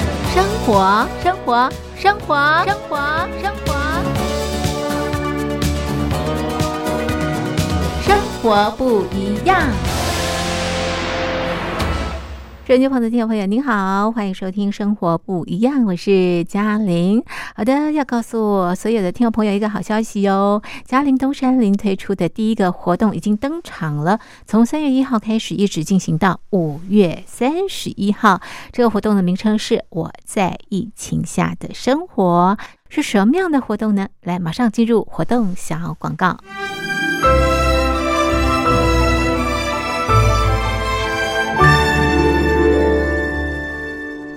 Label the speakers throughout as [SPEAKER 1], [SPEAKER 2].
[SPEAKER 1] 活，生活，生活，生活，生活，生活不一样。收音机旁的听众朋友，您好，欢迎收听《生活不一样》，我是嘉玲。好的，要告诉所有的听众朋友一个好消息哟、嘉玲东山林推出的第一个活动已经登场了，从三月一号开始，一直进行到五月三十一号。这个活动的名称是“我在疫情下的生活”，是什么样的活动呢？来，马上进入活动小广告。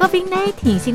[SPEAKER 1] COVID-19 新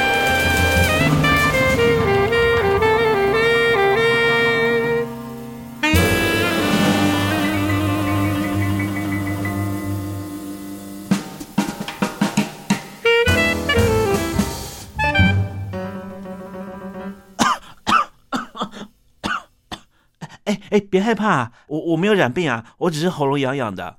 [SPEAKER 2] 哎哎，别害怕，我我没有染病啊，我只是喉咙痒痒的。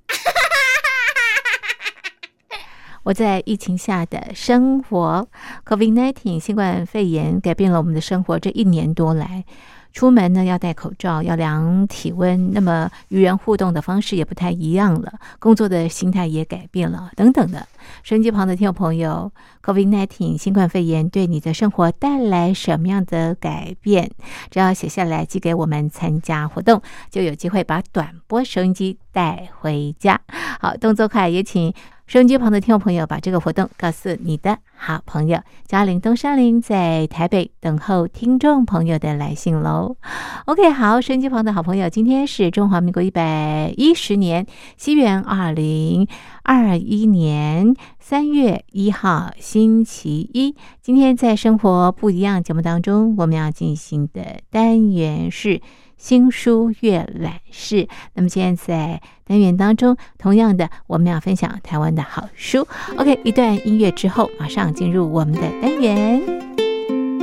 [SPEAKER 1] 我在疫情下的生活，COVID-19 新冠肺炎改变了我们的生活。这一年多来，出门呢要戴口罩，要量体温，那么与人互动的方式也不太一样了，工作的心态也改变了，等等的。收音机旁的听众朋友，COVID-19 新冠肺炎对你的生活带来什么样的改变？只要写下来寄给我们参加活动，就有机会把短波收音机带回家。好，动作快，也请收音机旁的听众朋友把这个活动告诉你的好朋友。嘉玲东山林在台北等候听众朋友的来信喽。OK，好，收音机旁的好朋友，今天是中华民国一百一十年，西元二零二一年三月一号，星期一。今天在《生活不一样》节目当中，我们要进行的单元是新书阅览室。那么今天在单元当中，同样的，我们要分享台湾的好书。OK，一段音乐之后，马上进入我们的单元。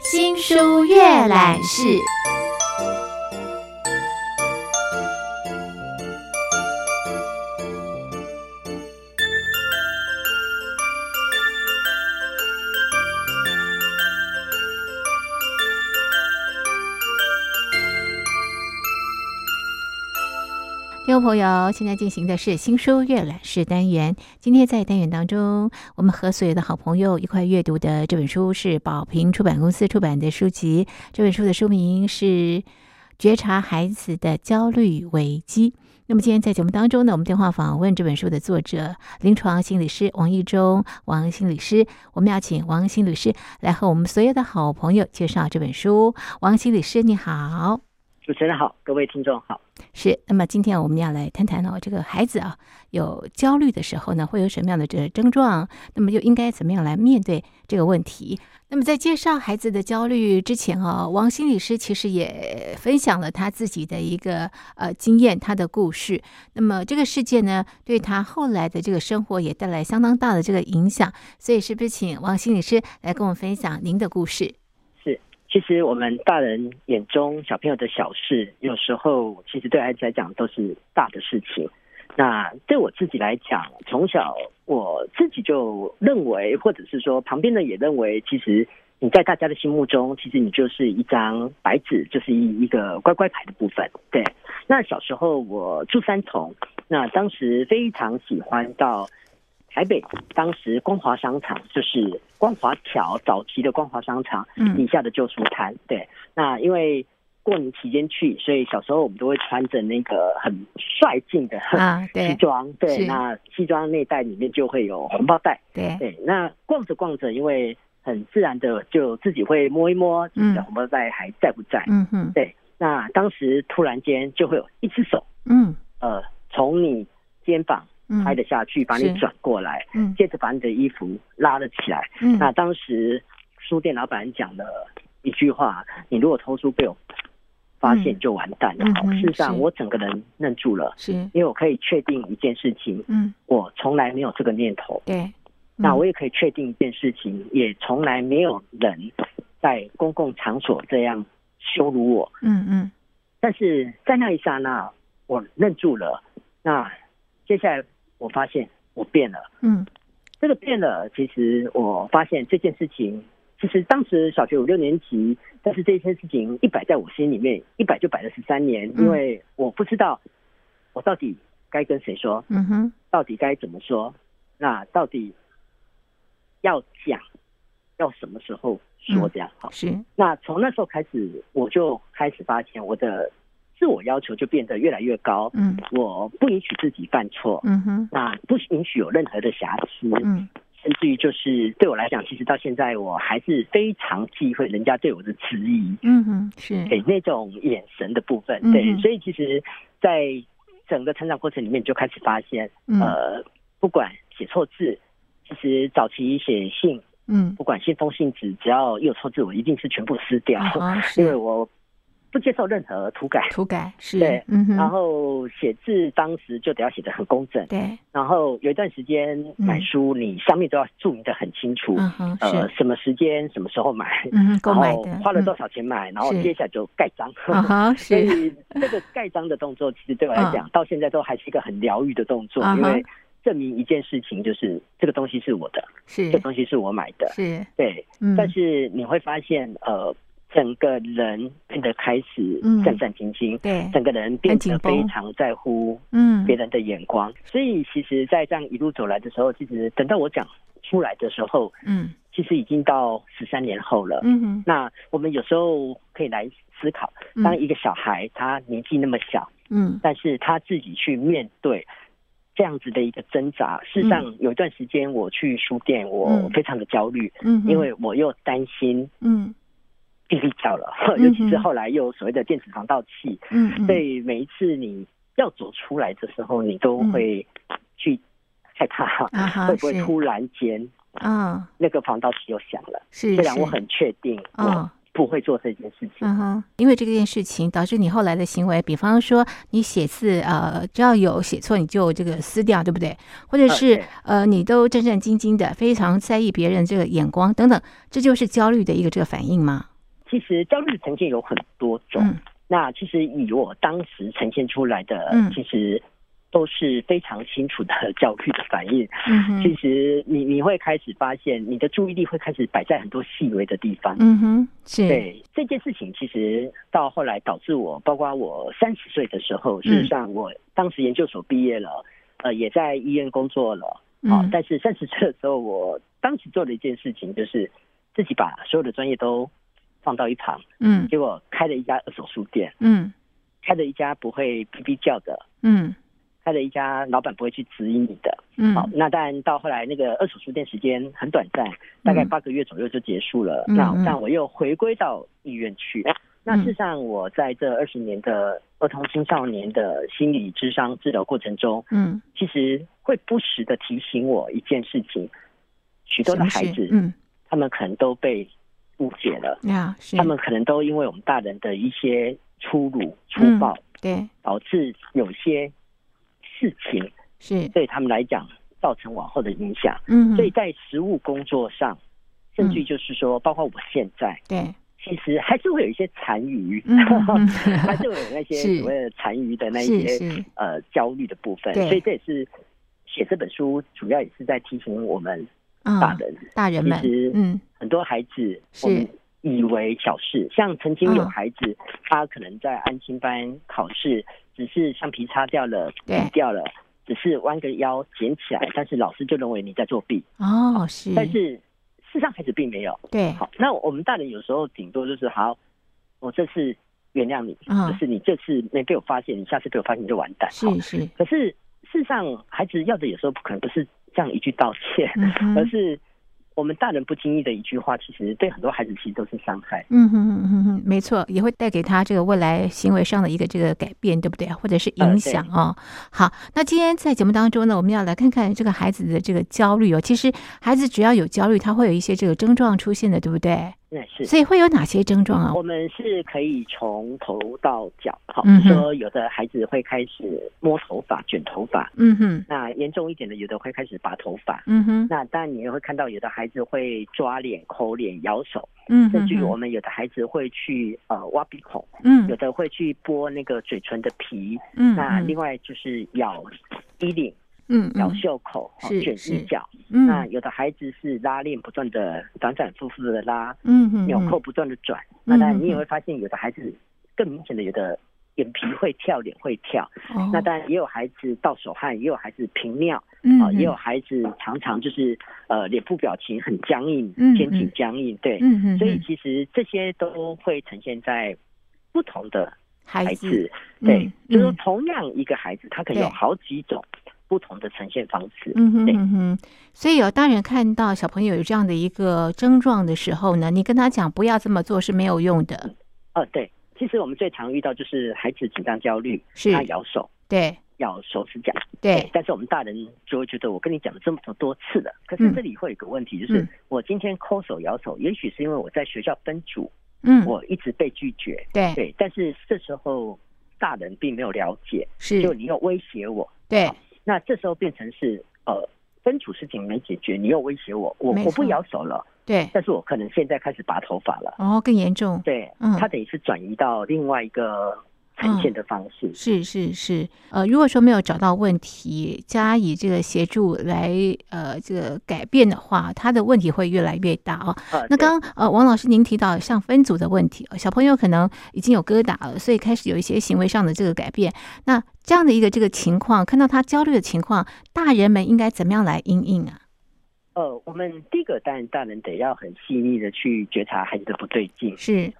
[SPEAKER 3] 新书阅览室。
[SPEAKER 1] 听众朋友，现在进行的是新书阅览室单元。今天在单元当中，我们和所有的好朋友一块阅读的这本书是宝瓶出版公司出版的书籍。这本书的书名是《觉察孩子的焦虑危机》。那么今天在节目当中呢，我们电话访问这本书的作者临床心理师王义中，王心理师，我们要请王心理师来和我们所有的好朋友介绍这本书。王心理师，你好。
[SPEAKER 4] 主持人好，各位听众好。
[SPEAKER 1] 是，那么今天我们要来谈谈哦，这个孩子啊有焦虑的时候呢，会有什么样的这个症状？那么又应该怎么样来面对这个问题？那么在介绍孩子的焦虑之前哦，王心理师其实也分享了他自己的一个呃经验，他的故事。那么这个事件呢，对他后来的这个生活也带来相当大的这个影响。所以是不是请王心理师来跟我们分享您的故事？
[SPEAKER 4] 其实我们大人眼中小朋友的小事，有时候其实对孩子来讲都是大的事情。那对我自己来讲，从小我自己就认为，或者是说旁边的也认为，其实你在大家的心目中，其实你就是一张白纸，就是一一个乖乖牌的部分。对，那小时候我住三重，那当时非常喜欢到。台北当时光华商场就是光华桥早期的光华商场底下的旧书摊，对。那因为过年期间去，所以小时候我们都会穿着那个很帅劲的
[SPEAKER 1] 啊，
[SPEAKER 4] 西
[SPEAKER 1] 对
[SPEAKER 4] 装，对。
[SPEAKER 1] 是
[SPEAKER 4] 那西装内袋里面就会有红包袋，
[SPEAKER 1] 对，
[SPEAKER 4] 对。那逛着逛着，因为很自然的就自己会摸一摸自己的红包袋还在不在，
[SPEAKER 1] 嗯哼，
[SPEAKER 4] 对。那当时突然间就会有一只手，
[SPEAKER 1] 嗯
[SPEAKER 4] 呃，从你肩膀
[SPEAKER 1] 嗯，
[SPEAKER 4] 拍得下去，把你
[SPEAKER 1] 是
[SPEAKER 4] 转过来。
[SPEAKER 1] 嗯
[SPEAKER 4] 接着把你的衣服拉了起来。
[SPEAKER 1] 嗯
[SPEAKER 4] 那当时书店老板讲了一句话：“你如果偷书被我发现，就完蛋了。哦
[SPEAKER 1] 嗯嗯
[SPEAKER 4] 事实上，
[SPEAKER 1] 是
[SPEAKER 4] 我整个人愣住了，
[SPEAKER 1] 是
[SPEAKER 4] 因为我可以确定一件事情，
[SPEAKER 1] 嗯
[SPEAKER 4] 我从来没有这个念头。
[SPEAKER 1] 对，
[SPEAKER 4] 那
[SPEAKER 1] 嗯
[SPEAKER 4] 我也可以确定一件事情，也从来没有人在公共场所这样羞辱我。
[SPEAKER 1] 嗯嗯。
[SPEAKER 4] 但是在那一刹那，我愣住了。那接下来我发现我变了。
[SPEAKER 1] 嗯
[SPEAKER 4] 这个变了，其实我发现这件事情，其实当时小学五六年级，但是这件事情一摆在我心里面，一摆就摆了十三年，
[SPEAKER 1] 嗯
[SPEAKER 4] 因为我不知道我到底该跟谁说，
[SPEAKER 1] 嗯哼，
[SPEAKER 4] 到底该怎么说，那到底要讲，要什么时候说这样好。
[SPEAKER 1] 是，
[SPEAKER 4] 那从那时候开始，我就开始发现我的自我要求就变得越来越高，
[SPEAKER 1] 嗯
[SPEAKER 4] 我不允许自己犯错，
[SPEAKER 1] 嗯哼，
[SPEAKER 4] 那不允许有任何的瑕疵，
[SPEAKER 1] 嗯
[SPEAKER 4] 甚至于就是对我来讲，其实到现在我还是非常忌讳人家对我的质疑，
[SPEAKER 1] 嗯哼，是，
[SPEAKER 4] 对那种眼神的部分，
[SPEAKER 1] 嗯
[SPEAKER 4] 对，所以其实，在整个成长过程里面，你就开始发现，
[SPEAKER 1] 嗯
[SPEAKER 4] 呃，不管写错字，其实早期写信，
[SPEAKER 1] 嗯，
[SPEAKER 4] 不管信封信纸，只要一有错字，我一定是全部撕掉，
[SPEAKER 1] 啊 哈
[SPEAKER 4] 因为
[SPEAKER 1] 是
[SPEAKER 4] 我不接受任何涂改，
[SPEAKER 1] 涂改是，
[SPEAKER 4] 对
[SPEAKER 1] 嗯哼，
[SPEAKER 4] 然后写字当时就得要写的很工整，
[SPEAKER 1] 对，
[SPEAKER 4] 然后有一段时间买
[SPEAKER 1] 嗯
[SPEAKER 4] 书，你上面都要注明的很清楚，
[SPEAKER 1] 嗯哼
[SPEAKER 4] 呃
[SPEAKER 1] 是，，
[SPEAKER 4] 什么时间、什么时候买，
[SPEAKER 1] 嗯哼，购买
[SPEAKER 4] 然
[SPEAKER 1] 的
[SPEAKER 4] 后花了多
[SPEAKER 1] 少？
[SPEAKER 4] 少钱买，然后
[SPEAKER 1] 是
[SPEAKER 4] 接下来就盖 章。
[SPEAKER 1] 啊哈
[SPEAKER 4] 所
[SPEAKER 1] 是，嗯
[SPEAKER 4] 以这个盖章的动作，其实对我来讲，到现在都还是一个很疗愈的动作，
[SPEAKER 1] 啊
[SPEAKER 4] 因
[SPEAKER 1] 哈
[SPEAKER 4] 为证明一件事情就是这个东西是我的，
[SPEAKER 1] 是
[SPEAKER 4] 这个东西是我买的。
[SPEAKER 1] 是，
[SPEAKER 4] 对，
[SPEAKER 1] 嗯，
[SPEAKER 4] 但是你会发现，呃，整个人变得开始
[SPEAKER 1] 嗯
[SPEAKER 4] 战战兢兢，
[SPEAKER 1] 对，
[SPEAKER 4] 整个人变
[SPEAKER 1] 紧
[SPEAKER 4] 得
[SPEAKER 1] 绷
[SPEAKER 4] 非常在乎
[SPEAKER 1] 嗯
[SPEAKER 4] 别人的眼光。所以其实，在这样一路走来的时候，其实等到我讲出来的时候，
[SPEAKER 1] 嗯
[SPEAKER 4] 其实已经到十三年后了。
[SPEAKER 1] 嗯哼，
[SPEAKER 4] 那我们有时候可以来思考，
[SPEAKER 1] 嗯
[SPEAKER 4] 当一个小孩他年纪那么小，
[SPEAKER 1] 嗯
[SPEAKER 4] 但是他自己去面对这样子的一个挣扎。事实上，有一段时间我去书店，我
[SPEAKER 1] 嗯
[SPEAKER 4] 非常的焦虑，
[SPEAKER 1] 嗯哼，
[SPEAKER 4] 因为我又担心
[SPEAKER 1] 嗯
[SPEAKER 4] 地力掉了，
[SPEAKER 1] 嗯
[SPEAKER 4] 尤其是后来又有所谓的电子防盗器，
[SPEAKER 1] 嗯嗯
[SPEAKER 4] 所以每一次你要走出来的时候，你都会去害怕，
[SPEAKER 1] 嗯啊哈
[SPEAKER 4] 会不会
[SPEAKER 1] 是
[SPEAKER 4] 突然间
[SPEAKER 1] 啊
[SPEAKER 4] 那个防盗器又响了？
[SPEAKER 1] 是，
[SPEAKER 4] 虽
[SPEAKER 1] 嗯
[SPEAKER 4] 然
[SPEAKER 1] 是
[SPEAKER 4] 我很确定我
[SPEAKER 1] 啊。
[SPEAKER 4] 不会做这件事情。
[SPEAKER 1] 嗯哼，因为这件事情导致你后来的行为，比方说你写字，呃，只要有写错你就这个撕掉，对不对？或者
[SPEAKER 4] 呃
[SPEAKER 1] 是
[SPEAKER 4] 对
[SPEAKER 1] 呃，你都战战兢兢的，非常在意别人这个眼光等等，这就是焦虑的一个这个反应吗？
[SPEAKER 4] 其实焦虑呈现有很多种，
[SPEAKER 1] 嗯
[SPEAKER 4] 那其实以我当时呈现出来的，
[SPEAKER 1] 嗯
[SPEAKER 4] 其实都是非常清楚的焦虑的反应。
[SPEAKER 1] 嗯哼
[SPEAKER 4] 其实你你会开始发现，你的注意力会开始摆在很多细微的地方。
[SPEAKER 1] 嗯哼，是，
[SPEAKER 4] 对这件事情，其实到后来导致我，包括我三十岁的时
[SPEAKER 1] 嗯
[SPEAKER 4] 候，事实上我当时研究所毕业了，呃，也在医院工作了，啊、
[SPEAKER 1] 嗯
[SPEAKER 4] 但是三十岁的时候，我当时做了一件事情，就是自己把所有的专业都放到一旁，
[SPEAKER 1] 嗯
[SPEAKER 4] 结果开了一家二手书店，
[SPEAKER 1] 嗯
[SPEAKER 4] 开了一家不会哔哔叫的，
[SPEAKER 1] 嗯
[SPEAKER 4] 开了一家老板不会去指引你的。好
[SPEAKER 1] 嗯，
[SPEAKER 4] 那当然到后来那个二手书店时间很短暂，大概八个月左右就结束了。
[SPEAKER 1] 嗯
[SPEAKER 4] 那
[SPEAKER 1] 嗯
[SPEAKER 4] 那我又回归到医院去。那事实上，我在这二十年的儿童青少年的心理智商治疗过程中，
[SPEAKER 1] 嗯，
[SPEAKER 4] 其实会不时的提醒我一件事情：许多
[SPEAKER 1] 什
[SPEAKER 4] 的
[SPEAKER 1] 么
[SPEAKER 4] 孩
[SPEAKER 1] 事
[SPEAKER 4] 子，
[SPEAKER 1] 嗯
[SPEAKER 4] 他们可能都被误解了，
[SPEAKER 1] 呀，是
[SPEAKER 4] 他们可能都因为我们大人的一些粗鲁、粗
[SPEAKER 1] 嗯
[SPEAKER 4] 暴，
[SPEAKER 1] 对
[SPEAKER 4] 导致有些事情
[SPEAKER 1] 是，
[SPEAKER 4] 对他们来讲造成往后的影响。
[SPEAKER 1] 嗯哼，
[SPEAKER 4] 所以在实务工作上，甚至于就是说，包括我现在，
[SPEAKER 1] 对，
[SPEAKER 4] 其实还是会有一些残余，
[SPEAKER 1] 嗯嗯 嗯
[SPEAKER 4] 还是会有那
[SPEAKER 1] 是
[SPEAKER 4] 些所谓的残余的那一
[SPEAKER 1] 是
[SPEAKER 4] 些
[SPEAKER 1] 是，
[SPEAKER 4] 呃焦虑的部分。
[SPEAKER 1] 对
[SPEAKER 4] 所以这也是写这本书主要也是在提醒我们
[SPEAKER 1] 嗯，
[SPEAKER 4] 大人，
[SPEAKER 1] 大人
[SPEAKER 4] 其
[SPEAKER 1] 们
[SPEAKER 4] 实，
[SPEAKER 1] 嗯
[SPEAKER 4] 很多孩子
[SPEAKER 1] 是
[SPEAKER 4] 我们以为小事，像曾经有
[SPEAKER 1] 嗯
[SPEAKER 4] 孩子，他可能在安心班考试，只是橡皮擦掉了，
[SPEAKER 1] 对
[SPEAKER 4] 笔掉了，只是弯个腰捡起来，但是老师就认为你在作弊，
[SPEAKER 1] 哦是，
[SPEAKER 4] 但是事实上孩子并没有。
[SPEAKER 1] 对，
[SPEAKER 4] 好，那我们大人有时候顶多就是好，我这次原谅你，
[SPEAKER 1] 嗯
[SPEAKER 4] 就是你这次没被我发现，你下次被我发现你就完蛋。好
[SPEAKER 1] 是是，
[SPEAKER 4] 可是事实上孩子要的有时候可能不是这样一句道歉，
[SPEAKER 1] 嗯
[SPEAKER 4] 而
[SPEAKER 1] 哼。
[SPEAKER 4] 呃是我们大人不经意的一句话，其实对很多孩子其实都是伤害。
[SPEAKER 1] 嗯哼嗯哼哼，没错，也会带给他这个未来行为上的一个这个改变，对不对？或者是
[SPEAKER 4] 呃
[SPEAKER 1] 影
[SPEAKER 4] 对
[SPEAKER 1] 响哦。好，那今天在节目当中呢，我们要来看看这个孩子的这个焦虑哦。其实孩子只要有焦虑，他会有一些这个症状出现的，对不对？
[SPEAKER 4] 那是
[SPEAKER 1] 所以会有哪些症状啊？
[SPEAKER 4] 我们是可以从头到脚，好，
[SPEAKER 1] 嗯哼
[SPEAKER 4] 说有的孩子会开始摸头发、卷头发，
[SPEAKER 1] 嗯哼，
[SPEAKER 4] 那严重一点的，有的会开始拔头发。
[SPEAKER 1] 嗯哼，
[SPEAKER 4] 那当然，你也会看到有的孩子会抓脸、抠脸、咬手，
[SPEAKER 1] 嗯
[SPEAKER 4] 甚
[SPEAKER 1] 哼
[SPEAKER 4] 至于
[SPEAKER 1] 哼，
[SPEAKER 4] 我们有的孩子会去呃挖鼻孔，
[SPEAKER 1] 嗯
[SPEAKER 4] 有的会去剥那个嘴唇的皮，
[SPEAKER 1] 嗯，
[SPEAKER 4] 那
[SPEAKER 1] 嗯
[SPEAKER 4] 另外就是咬衣领、
[SPEAKER 1] 嗯
[SPEAKER 4] 咬
[SPEAKER 1] 嗯
[SPEAKER 4] 袖口、哦
[SPEAKER 1] 是
[SPEAKER 4] 卷
[SPEAKER 1] 是
[SPEAKER 4] 衣角。
[SPEAKER 1] 嗯
[SPEAKER 4] 那有的孩子是拉链不断的反反复复的拉，
[SPEAKER 1] 嗯哼
[SPEAKER 4] 纽
[SPEAKER 1] 嗯
[SPEAKER 4] 扣不断的转。
[SPEAKER 1] 嗯
[SPEAKER 4] 那当然，你也会发现有的孩子更明显的，有的眼皮会跳，脸会跳。
[SPEAKER 1] 哦
[SPEAKER 4] 那当然也有孩子到手汗，也有孩子频尿。
[SPEAKER 1] 嗯
[SPEAKER 4] 啊，也有
[SPEAKER 1] 哼
[SPEAKER 4] 孩子常常就是呃脸部表情很僵硬
[SPEAKER 1] 嗯，
[SPEAKER 4] 肩
[SPEAKER 1] 嗯
[SPEAKER 4] 颈僵硬，对，
[SPEAKER 1] 嗯哼，
[SPEAKER 4] 所以
[SPEAKER 1] 哼
[SPEAKER 4] 其实这些都会呈现在不同的
[SPEAKER 1] 孩
[SPEAKER 4] 孩
[SPEAKER 1] 子
[SPEAKER 4] 子，对
[SPEAKER 1] 嗯，
[SPEAKER 4] 就是说
[SPEAKER 1] 嗯
[SPEAKER 4] 同样一个孩子，他可能有
[SPEAKER 1] 对
[SPEAKER 4] 好几种不同的呈现方式，
[SPEAKER 1] 嗯哼
[SPEAKER 4] 对
[SPEAKER 1] 嗯哼，所以有大人看到小朋友有这样的一个症状的时候呢，你跟他讲不要这么做是没有用的，
[SPEAKER 4] 呃，对，其实我们最常遇到就是孩子紧张焦虑，
[SPEAKER 1] 是
[SPEAKER 4] 他咬手。
[SPEAKER 1] 对
[SPEAKER 4] 咬手指甲，
[SPEAKER 1] 对，
[SPEAKER 4] 但是我们大人就会觉得，我跟你讲了这么多次了，可是
[SPEAKER 1] 嗯
[SPEAKER 4] 这里会有个问题，就是、
[SPEAKER 1] 嗯
[SPEAKER 4] 我今天抠手咬手，也许是因为我在学校分组，
[SPEAKER 1] 嗯，
[SPEAKER 4] 我一直被拒绝，
[SPEAKER 1] 对，
[SPEAKER 4] 对，但是这时候大人并没有了解，就是你又威胁我，
[SPEAKER 1] 对
[SPEAKER 4] 好那这时候变成是呃分组事情没解决，你又威胁我，我
[SPEAKER 1] 没错
[SPEAKER 4] 我不咬手了，
[SPEAKER 1] 对，
[SPEAKER 4] 但是我可能现在开始拔头发了，
[SPEAKER 1] 哦，更严重，
[SPEAKER 4] 对
[SPEAKER 1] 嗯，
[SPEAKER 4] 他等于是转移到另外一个呈现的方式，
[SPEAKER 1] 是是是，呃，如果说没有找到问题，加以这个协助来呃这个改变的话，他的问题会越来越大哦。
[SPEAKER 4] 呃
[SPEAKER 1] 那
[SPEAKER 4] 对
[SPEAKER 1] 刚呃，王老师您提到像分组的问题，呃小朋友可能已经有疙瘩了，所以开始有一些行为上的这个改变。那这样的一个这个情况，看到他焦虑的情况，大人们应该怎么样来应应啊？
[SPEAKER 4] 呃，我们第一个当然大人得要很细腻的去觉察孩子的不对劲，
[SPEAKER 1] 是，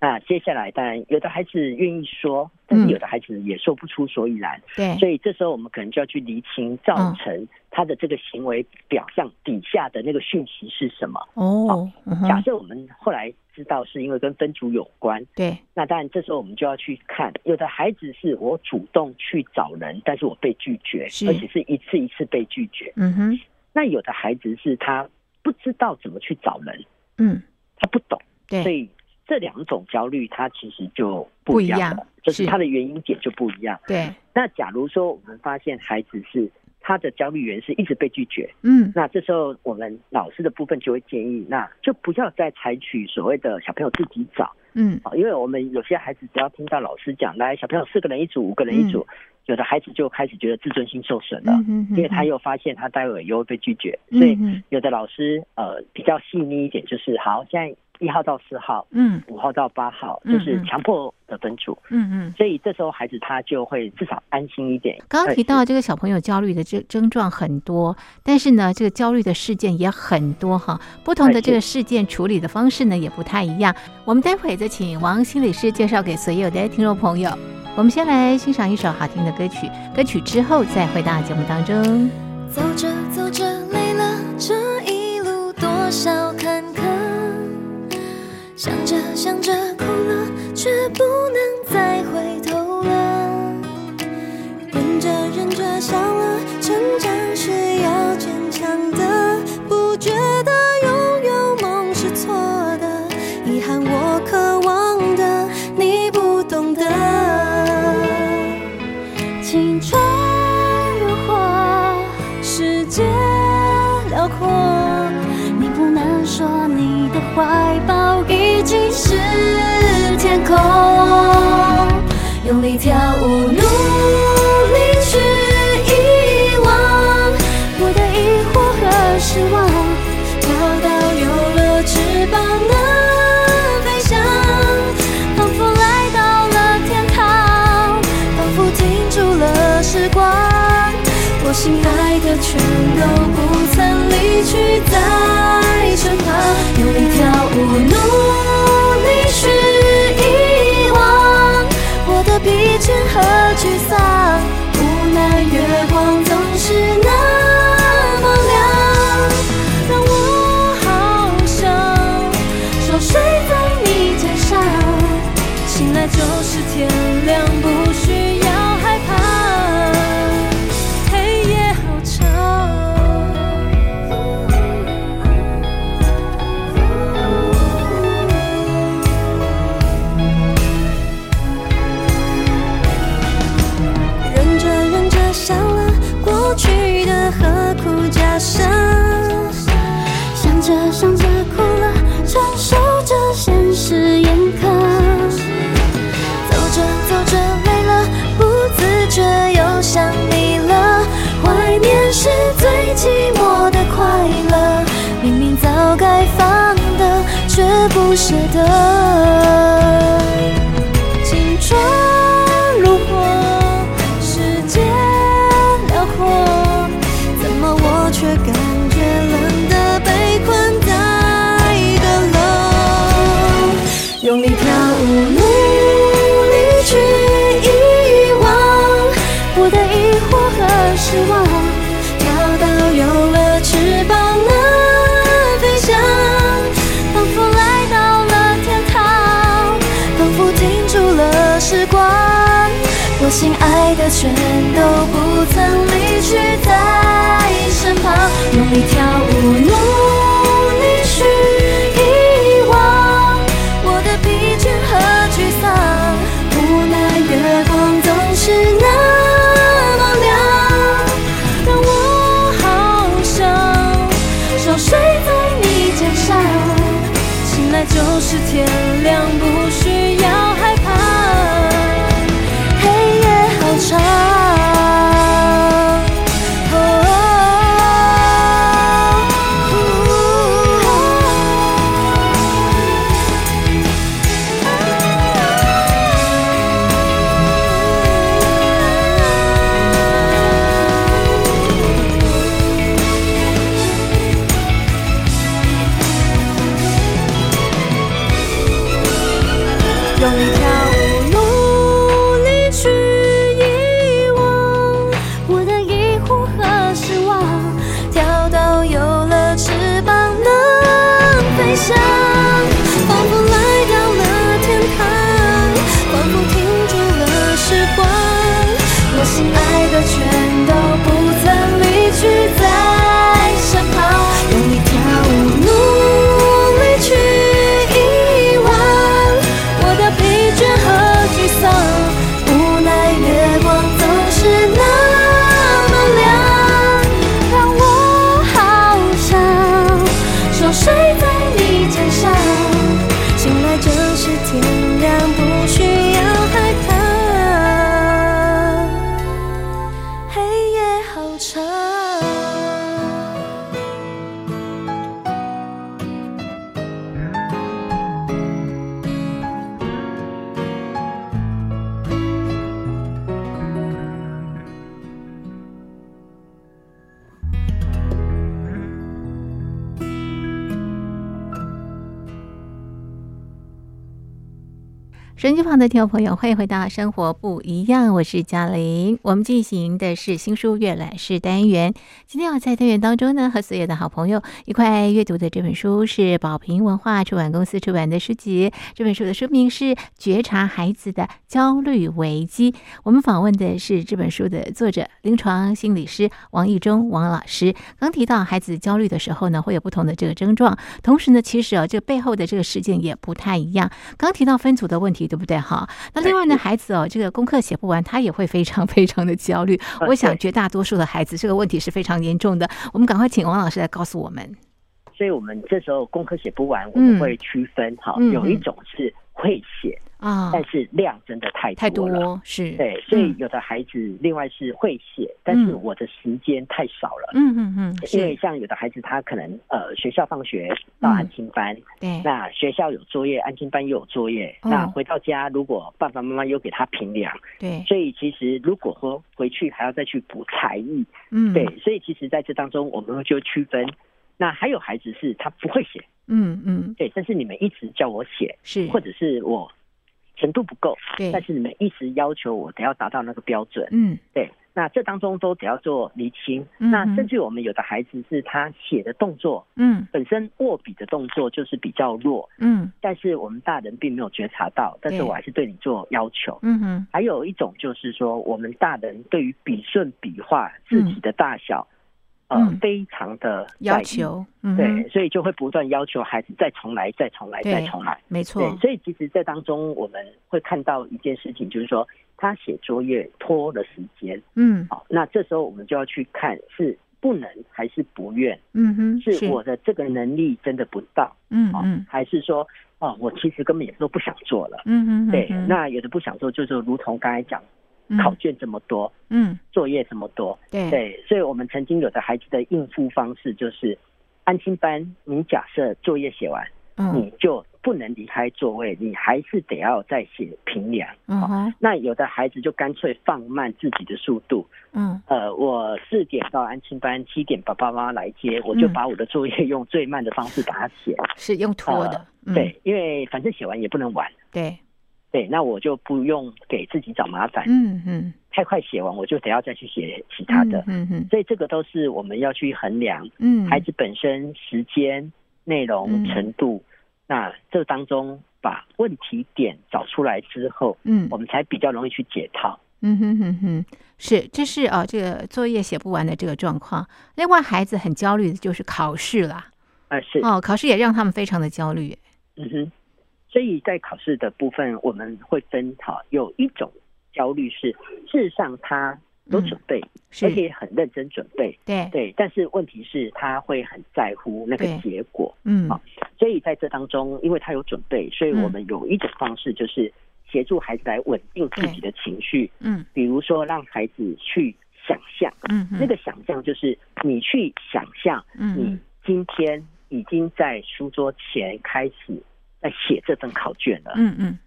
[SPEAKER 4] 那接下来当然有的孩子愿意说，但
[SPEAKER 1] 嗯
[SPEAKER 4] 是有的孩子也说不出所以然。
[SPEAKER 1] 对，
[SPEAKER 4] 所以这时候我们可能就要去厘清造成
[SPEAKER 1] 嗯
[SPEAKER 4] 他的这个行为表象底下的那个讯息是什么。
[SPEAKER 1] 哦，嗯
[SPEAKER 4] 假
[SPEAKER 1] 哼，
[SPEAKER 4] 设我们后来知道是因为跟分组有关，
[SPEAKER 1] 对，
[SPEAKER 4] 那当然这时候我们就要去看，有的孩子是我主动去找人，但是我被拒绝
[SPEAKER 1] 是，
[SPEAKER 4] 而且是一次一次被拒绝。
[SPEAKER 1] 嗯哼，
[SPEAKER 4] 那有的孩子是他不知道怎么去找人，
[SPEAKER 1] 嗯，
[SPEAKER 4] 他不懂，所
[SPEAKER 1] 对，
[SPEAKER 4] 以这两种焦虑它其实就
[SPEAKER 1] 不
[SPEAKER 4] 不
[SPEAKER 1] 一
[SPEAKER 4] 一样
[SPEAKER 1] 样
[SPEAKER 4] 了，就是
[SPEAKER 1] 是
[SPEAKER 4] 它的原因点就不一样。
[SPEAKER 1] 对，
[SPEAKER 4] 那假如说我们发现孩子是他的焦虑源是一直被拒绝。
[SPEAKER 1] 嗯
[SPEAKER 4] 那这时候我们老师的部分就会建议，那就不要再采取所谓的小朋友自己找
[SPEAKER 1] 嗯
[SPEAKER 4] 啊，因为我们有些孩子只要听到老师讲，来小朋友四个人一组，五个人一组，有的孩子就开始觉得自尊心受损了，
[SPEAKER 1] 嗯，
[SPEAKER 4] 因为他
[SPEAKER 1] 有
[SPEAKER 4] 又发现他待会又会被拒绝，所以
[SPEAKER 1] 嗯
[SPEAKER 4] 有的老师呃比较细腻一点，就是好，现在一号到四号，
[SPEAKER 1] 嗯
[SPEAKER 4] 五号到八号，
[SPEAKER 1] 嗯
[SPEAKER 4] 就是强迫的分组，
[SPEAKER 1] 嗯嗯。
[SPEAKER 4] 所以这时候孩子他就会至少安心一点。
[SPEAKER 1] 刚刚提
[SPEAKER 4] 呃
[SPEAKER 1] 到这个小朋友焦虑的症症状很多，但是呢，这个焦虑的事件也很多哈。不同的这个事件处理的方式呢也不太一样。我们待会再请王心理师介绍给所有的听众朋友。我们先来欣赏一首好听的歌曲，歌曲之后再回到节目当中。
[SPEAKER 5] 走着走着累了，这一路多少坎坷，想着想着哭了，却不能再回头了。忍着忍着笑了，成长是要坚强的，不觉得拥有梦是错的，遗憾我渴望的，你不懂得。青春如火，世界辽阔，你不能说你的怀抱已经是天空，用力跳舞，努力去遗忘我的疑惑和失望，跳到有了翅膀的飞翔，仿佛来到了天堂，仿佛停住了时光。我心爱的全都不曾离去在身旁，用力跳舞，努力去遗忘我的疲倦和沮丧。无奈月光总是那么亮，让我好想熟睡在你肩上，醒来就是天亮，不需要害怕。黑夜好长。忍着忍着笑了，过去的何苦加深？想着想着哭了，承受着现实严苛。走着走着累了，不自觉又想你了。怀念是最寂寞的快乐，明明早该放的，却不舍得。青春如火，世界辽阔，怎么我却感觉冷得被困在阁楼？用力跳舞，努力去遗忘我的疑惑和失望，跳到有了翅膀的飞翔，仿佛来到了天堂，仿佛停住了时光。我心爱的全都不曾离去在身旁，用力跳舞，努力去遗忘。我的疲倦和沮丧，无奈月光总是那么亮，让我好想熟睡在你肩上，醒来就是天亮，不需要害怕，黑夜好长。哦用力跳舞，努力去遗忘我的疑惑和失望，跳到有了翅膀能飞翔，仿佛来到了天堂，仿佛停住了时光，我心爱的全都不曾离去在身旁，用力跳舞，努力去遗忘。我的疲
[SPEAKER 1] 手机旁的听众朋友，欢迎回到《生活不一样》，我是嘉玲。我们进行的是新书阅览室单元。今天我在单元当中呢，和所有的好朋友一块阅读的这本书是宝瓶文化出版公司出版的书籍。这本书的书名是《觉察孩子的焦虑危机》。我们访问的是这本书的作者、临床心理师王义忠王老师。刚提到孩子焦虑的时候呢，会有不同的这个症状，同时呢，其实啊，这个背后的这个事件也不太一样。刚提到分组的问题，对不对哈？那另外呢，孩子哦，这个功课写不完，他也会非常非常的焦虑。
[SPEAKER 4] 啊
[SPEAKER 1] 我想
[SPEAKER 4] 对
[SPEAKER 1] 绝大多数的孩子这个问题是非常严重的。我们赶快请王老师来告诉我们。
[SPEAKER 4] 所以我们这时候功课写不完，我们
[SPEAKER 1] 嗯
[SPEAKER 4] 会区分哈、
[SPEAKER 1] 嗯
[SPEAKER 4] 有一种是会写，
[SPEAKER 1] 啊，
[SPEAKER 4] 但是量真的太
[SPEAKER 1] 太
[SPEAKER 4] 多了。
[SPEAKER 1] 多哦是，
[SPEAKER 4] 对，所以
[SPEAKER 1] 嗯
[SPEAKER 4] 有的孩子另外是会写，但是
[SPEAKER 1] 嗯
[SPEAKER 4] 我的时间太少了。
[SPEAKER 1] 嗯嗯嗯，
[SPEAKER 4] 因为
[SPEAKER 1] 是，
[SPEAKER 4] 像有的孩子，他可能呃学校放学到安亲班，
[SPEAKER 1] 对，
[SPEAKER 4] 那学校有作业，安亲班又有作业，
[SPEAKER 1] 嗯
[SPEAKER 4] 那回到家如果爸爸妈妈又给他评量，
[SPEAKER 1] 对，
[SPEAKER 4] 所以其实如果说回去还要再去补才艺，
[SPEAKER 1] 嗯，
[SPEAKER 4] 对，所以其实在这当中我们就区分。那还有孩子是他不会写，
[SPEAKER 1] 嗯嗯
[SPEAKER 4] 对，但是你们一直叫我写，
[SPEAKER 1] 是，
[SPEAKER 4] 或者是我程度不够，
[SPEAKER 1] 对，
[SPEAKER 4] 但是你们一直要求我得要达到那个标准，
[SPEAKER 1] 嗯
[SPEAKER 4] 对，那这当中都得要做厘清。
[SPEAKER 1] 嗯哼
[SPEAKER 4] 那甚至我们有的孩子是他写的动作
[SPEAKER 1] 嗯
[SPEAKER 4] 本身握笔的动作就是比较弱，
[SPEAKER 1] 嗯
[SPEAKER 4] 但是我们大人并没有觉察到，但是
[SPEAKER 1] 对
[SPEAKER 4] 我还是对你做要求。
[SPEAKER 1] 嗯哼，
[SPEAKER 4] 还有一种就是说，我们大人对于笔顺、笔画、字体的大小，呃
[SPEAKER 1] 嗯，
[SPEAKER 4] 非常的在
[SPEAKER 1] 要
[SPEAKER 4] 意。
[SPEAKER 1] 求，嗯哼，
[SPEAKER 4] 对，所以就会不断要求孩子再重来、再重来、
[SPEAKER 1] 对
[SPEAKER 4] 再重来。
[SPEAKER 1] 没
[SPEAKER 4] 对
[SPEAKER 1] 错，，
[SPEAKER 4] 所以其实，在当中我们会看到一件事情，就是说他写作业拖了时间。
[SPEAKER 1] 嗯
[SPEAKER 4] 好，那这时候我们就要去看是不能还是不愿，
[SPEAKER 1] 嗯哼，
[SPEAKER 4] 是我的这个能力真的不到，
[SPEAKER 1] 嗯
[SPEAKER 4] 哦
[SPEAKER 1] 嗯
[SPEAKER 4] 还是说哦，我其实根本也都不想做了。
[SPEAKER 1] 嗯哼，
[SPEAKER 4] 对
[SPEAKER 1] 嗯，
[SPEAKER 4] 那有的不想做，就是如同刚才讲，
[SPEAKER 1] 嗯
[SPEAKER 4] 考卷这么多，
[SPEAKER 1] 嗯
[SPEAKER 4] 作业这么多，
[SPEAKER 1] 对
[SPEAKER 4] 对，所以我们曾经有的孩子的应付方式就是，安心班，你假设作业写完，
[SPEAKER 1] 嗯
[SPEAKER 4] 你就不能离开座位，你还是得要再写评量。
[SPEAKER 1] 嗯
[SPEAKER 4] 哦
[SPEAKER 1] 哼
[SPEAKER 4] 那有的孩子就干脆放慢自己的速度，
[SPEAKER 1] 嗯
[SPEAKER 4] 呃，我四点到安亲班，七点把爸妈来接，我就
[SPEAKER 1] 嗯
[SPEAKER 4] 把我的作业用最慢的方式把它写。
[SPEAKER 1] 是用拖的，嗯
[SPEAKER 4] 呃对，因为反正写完也不能晚，
[SPEAKER 1] 对，
[SPEAKER 4] 对，那我就不用给自己找麻烦。
[SPEAKER 1] 嗯嗯，
[SPEAKER 4] 太快写完，我就得要再去写其他的。
[SPEAKER 1] 嗯嗯
[SPEAKER 4] 所以这个都是我们要去衡量
[SPEAKER 1] 嗯，
[SPEAKER 4] 孩子本身时间、内容、
[SPEAKER 1] 嗯
[SPEAKER 4] 程度。那这当中把问题点找出来之后，
[SPEAKER 1] 嗯
[SPEAKER 4] 我们才比较容易去解套。
[SPEAKER 1] 嗯哼哼哼，是，这是啊，这个作业写不完的这个状况。另外，孩子很焦虑的就是考试啦，
[SPEAKER 4] 啊，是，
[SPEAKER 1] 哦，考试也让他们非常的焦虑。
[SPEAKER 4] 嗯哼，所以在考试的部分，我们会分好有一种焦虑是，事实上他有准备，而
[SPEAKER 1] 嗯是，嗯
[SPEAKER 4] 且很认真准备，
[SPEAKER 1] 对，
[SPEAKER 4] 对，但是问题是他会很在乎那个
[SPEAKER 1] 对
[SPEAKER 4] 结果，
[SPEAKER 1] 嗯
[SPEAKER 4] 好所以在这当中，因为他有准备，所以我们有一种方式就是协助孩子来稳定自己的情绪，
[SPEAKER 1] 嗯
[SPEAKER 4] 比如说让孩子去想象，
[SPEAKER 1] 嗯
[SPEAKER 4] 那
[SPEAKER 1] 嗯
[SPEAKER 4] 个想象就是你去想象你
[SPEAKER 1] 嗯
[SPEAKER 4] 今天已经在书桌前开始在写这份考卷了，
[SPEAKER 1] 嗯嗯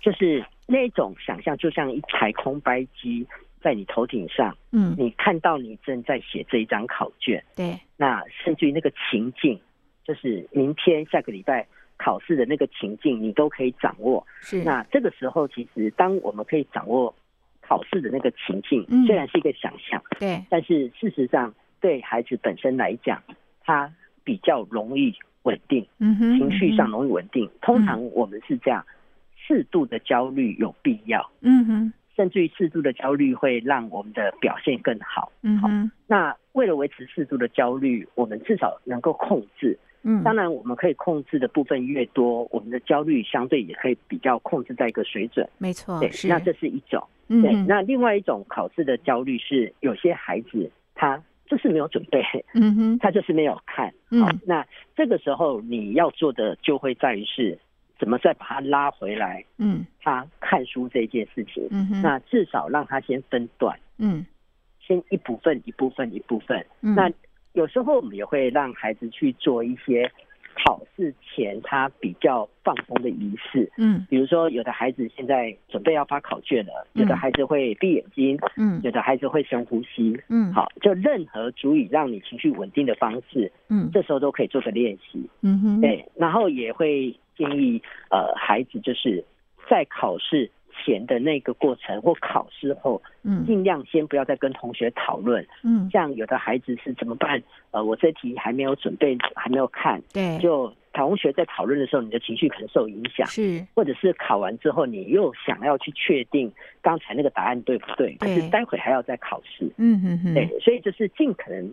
[SPEAKER 4] 就是那种想象，就像一台空白机在你头顶上，
[SPEAKER 1] 嗯，
[SPEAKER 4] 你看到你正在写这一张考卷，
[SPEAKER 1] 对，
[SPEAKER 4] 那甚至于那个情境，就是明天下个礼拜考试的那个情境，你都可以掌握。
[SPEAKER 1] 是，
[SPEAKER 4] 那这个时候，其实当我们可以掌握考试的那个情境
[SPEAKER 1] 嗯，
[SPEAKER 4] 虽然是一个想象，
[SPEAKER 1] 对，
[SPEAKER 4] 但是事实上对孩子本身来讲，他比较容易稳定，
[SPEAKER 1] 嗯哼，
[SPEAKER 4] 情绪上，容易稳定。通常我们是这样，适度的焦虑有必要，
[SPEAKER 1] 嗯哼，
[SPEAKER 4] 甚至于适度的焦虑会让我们的表现更好。
[SPEAKER 1] 嗯哼，
[SPEAKER 4] 那为了维持适度的焦虑，我们至少能够控制。
[SPEAKER 1] 嗯，
[SPEAKER 4] 当然，我们可以控制的部分越多，我们的焦虑相对也可以比较控制在一个水准。
[SPEAKER 1] 没错
[SPEAKER 4] 对，，
[SPEAKER 1] 哦是，
[SPEAKER 4] 那这是一种。
[SPEAKER 1] 嗯
[SPEAKER 4] 对，那另外一种考试的焦虑是，有些孩子他就是没有准备，
[SPEAKER 1] 嗯哼，
[SPEAKER 4] 他就是没有看。
[SPEAKER 1] 嗯
[SPEAKER 4] 好，那这个时候你要做的就会在于是怎么再把他拉回来，
[SPEAKER 1] 嗯
[SPEAKER 4] 他看书这件事情。
[SPEAKER 1] 嗯哼，
[SPEAKER 4] 那至少让他先分段，
[SPEAKER 1] 嗯
[SPEAKER 4] 先一部分一部分一部分。
[SPEAKER 1] 嗯，
[SPEAKER 4] 那有时候我们也会让孩子去做一些考试前他比较放松的仪式，
[SPEAKER 1] 嗯
[SPEAKER 4] 比如说有的孩子现在准备要发考卷了，
[SPEAKER 1] 嗯
[SPEAKER 4] 有的孩子会闭眼睛，
[SPEAKER 1] 嗯
[SPEAKER 4] 有的孩子会深呼吸。
[SPEAKER 1] 嗯，，
[SPEAKER 4] 好，就任何足以让你情绪稳定的方式，
[SPEAKER 1] 嗯
[SPEAKER 4] 这时候都可以做个练习。
[SPEAKER 1] 嗯哼，，
[SPEAKER 4] 对，然后也会建议呃孩子就是在考试前的那个过程或考试后，
[SPEAKER 1] 嗯
[SPEAKER 4] 尽量先不要再跟同学讨论。
[SPEAKER 1] 嗯，
[SPEAKER 4] 像有的孩子是怎么办？呃，我这题还没有准备，还没有看，
[SPEAKER 1] 对，
[SPEAKER 4] 就同学在讨论的时候，你的情绪可能受影响，
[SPEAKER 1] 是
[SPEAKER 4] 或者是考完之后，你又想要去确定刚才那个答案对不对，可
[SPEAKER 1] 对
[SPEAKER 4] 是待会还要再考试。
[SPEAKER 1] 嗯哼哼，
[SPEAKER 4] 对，所以就是尽可能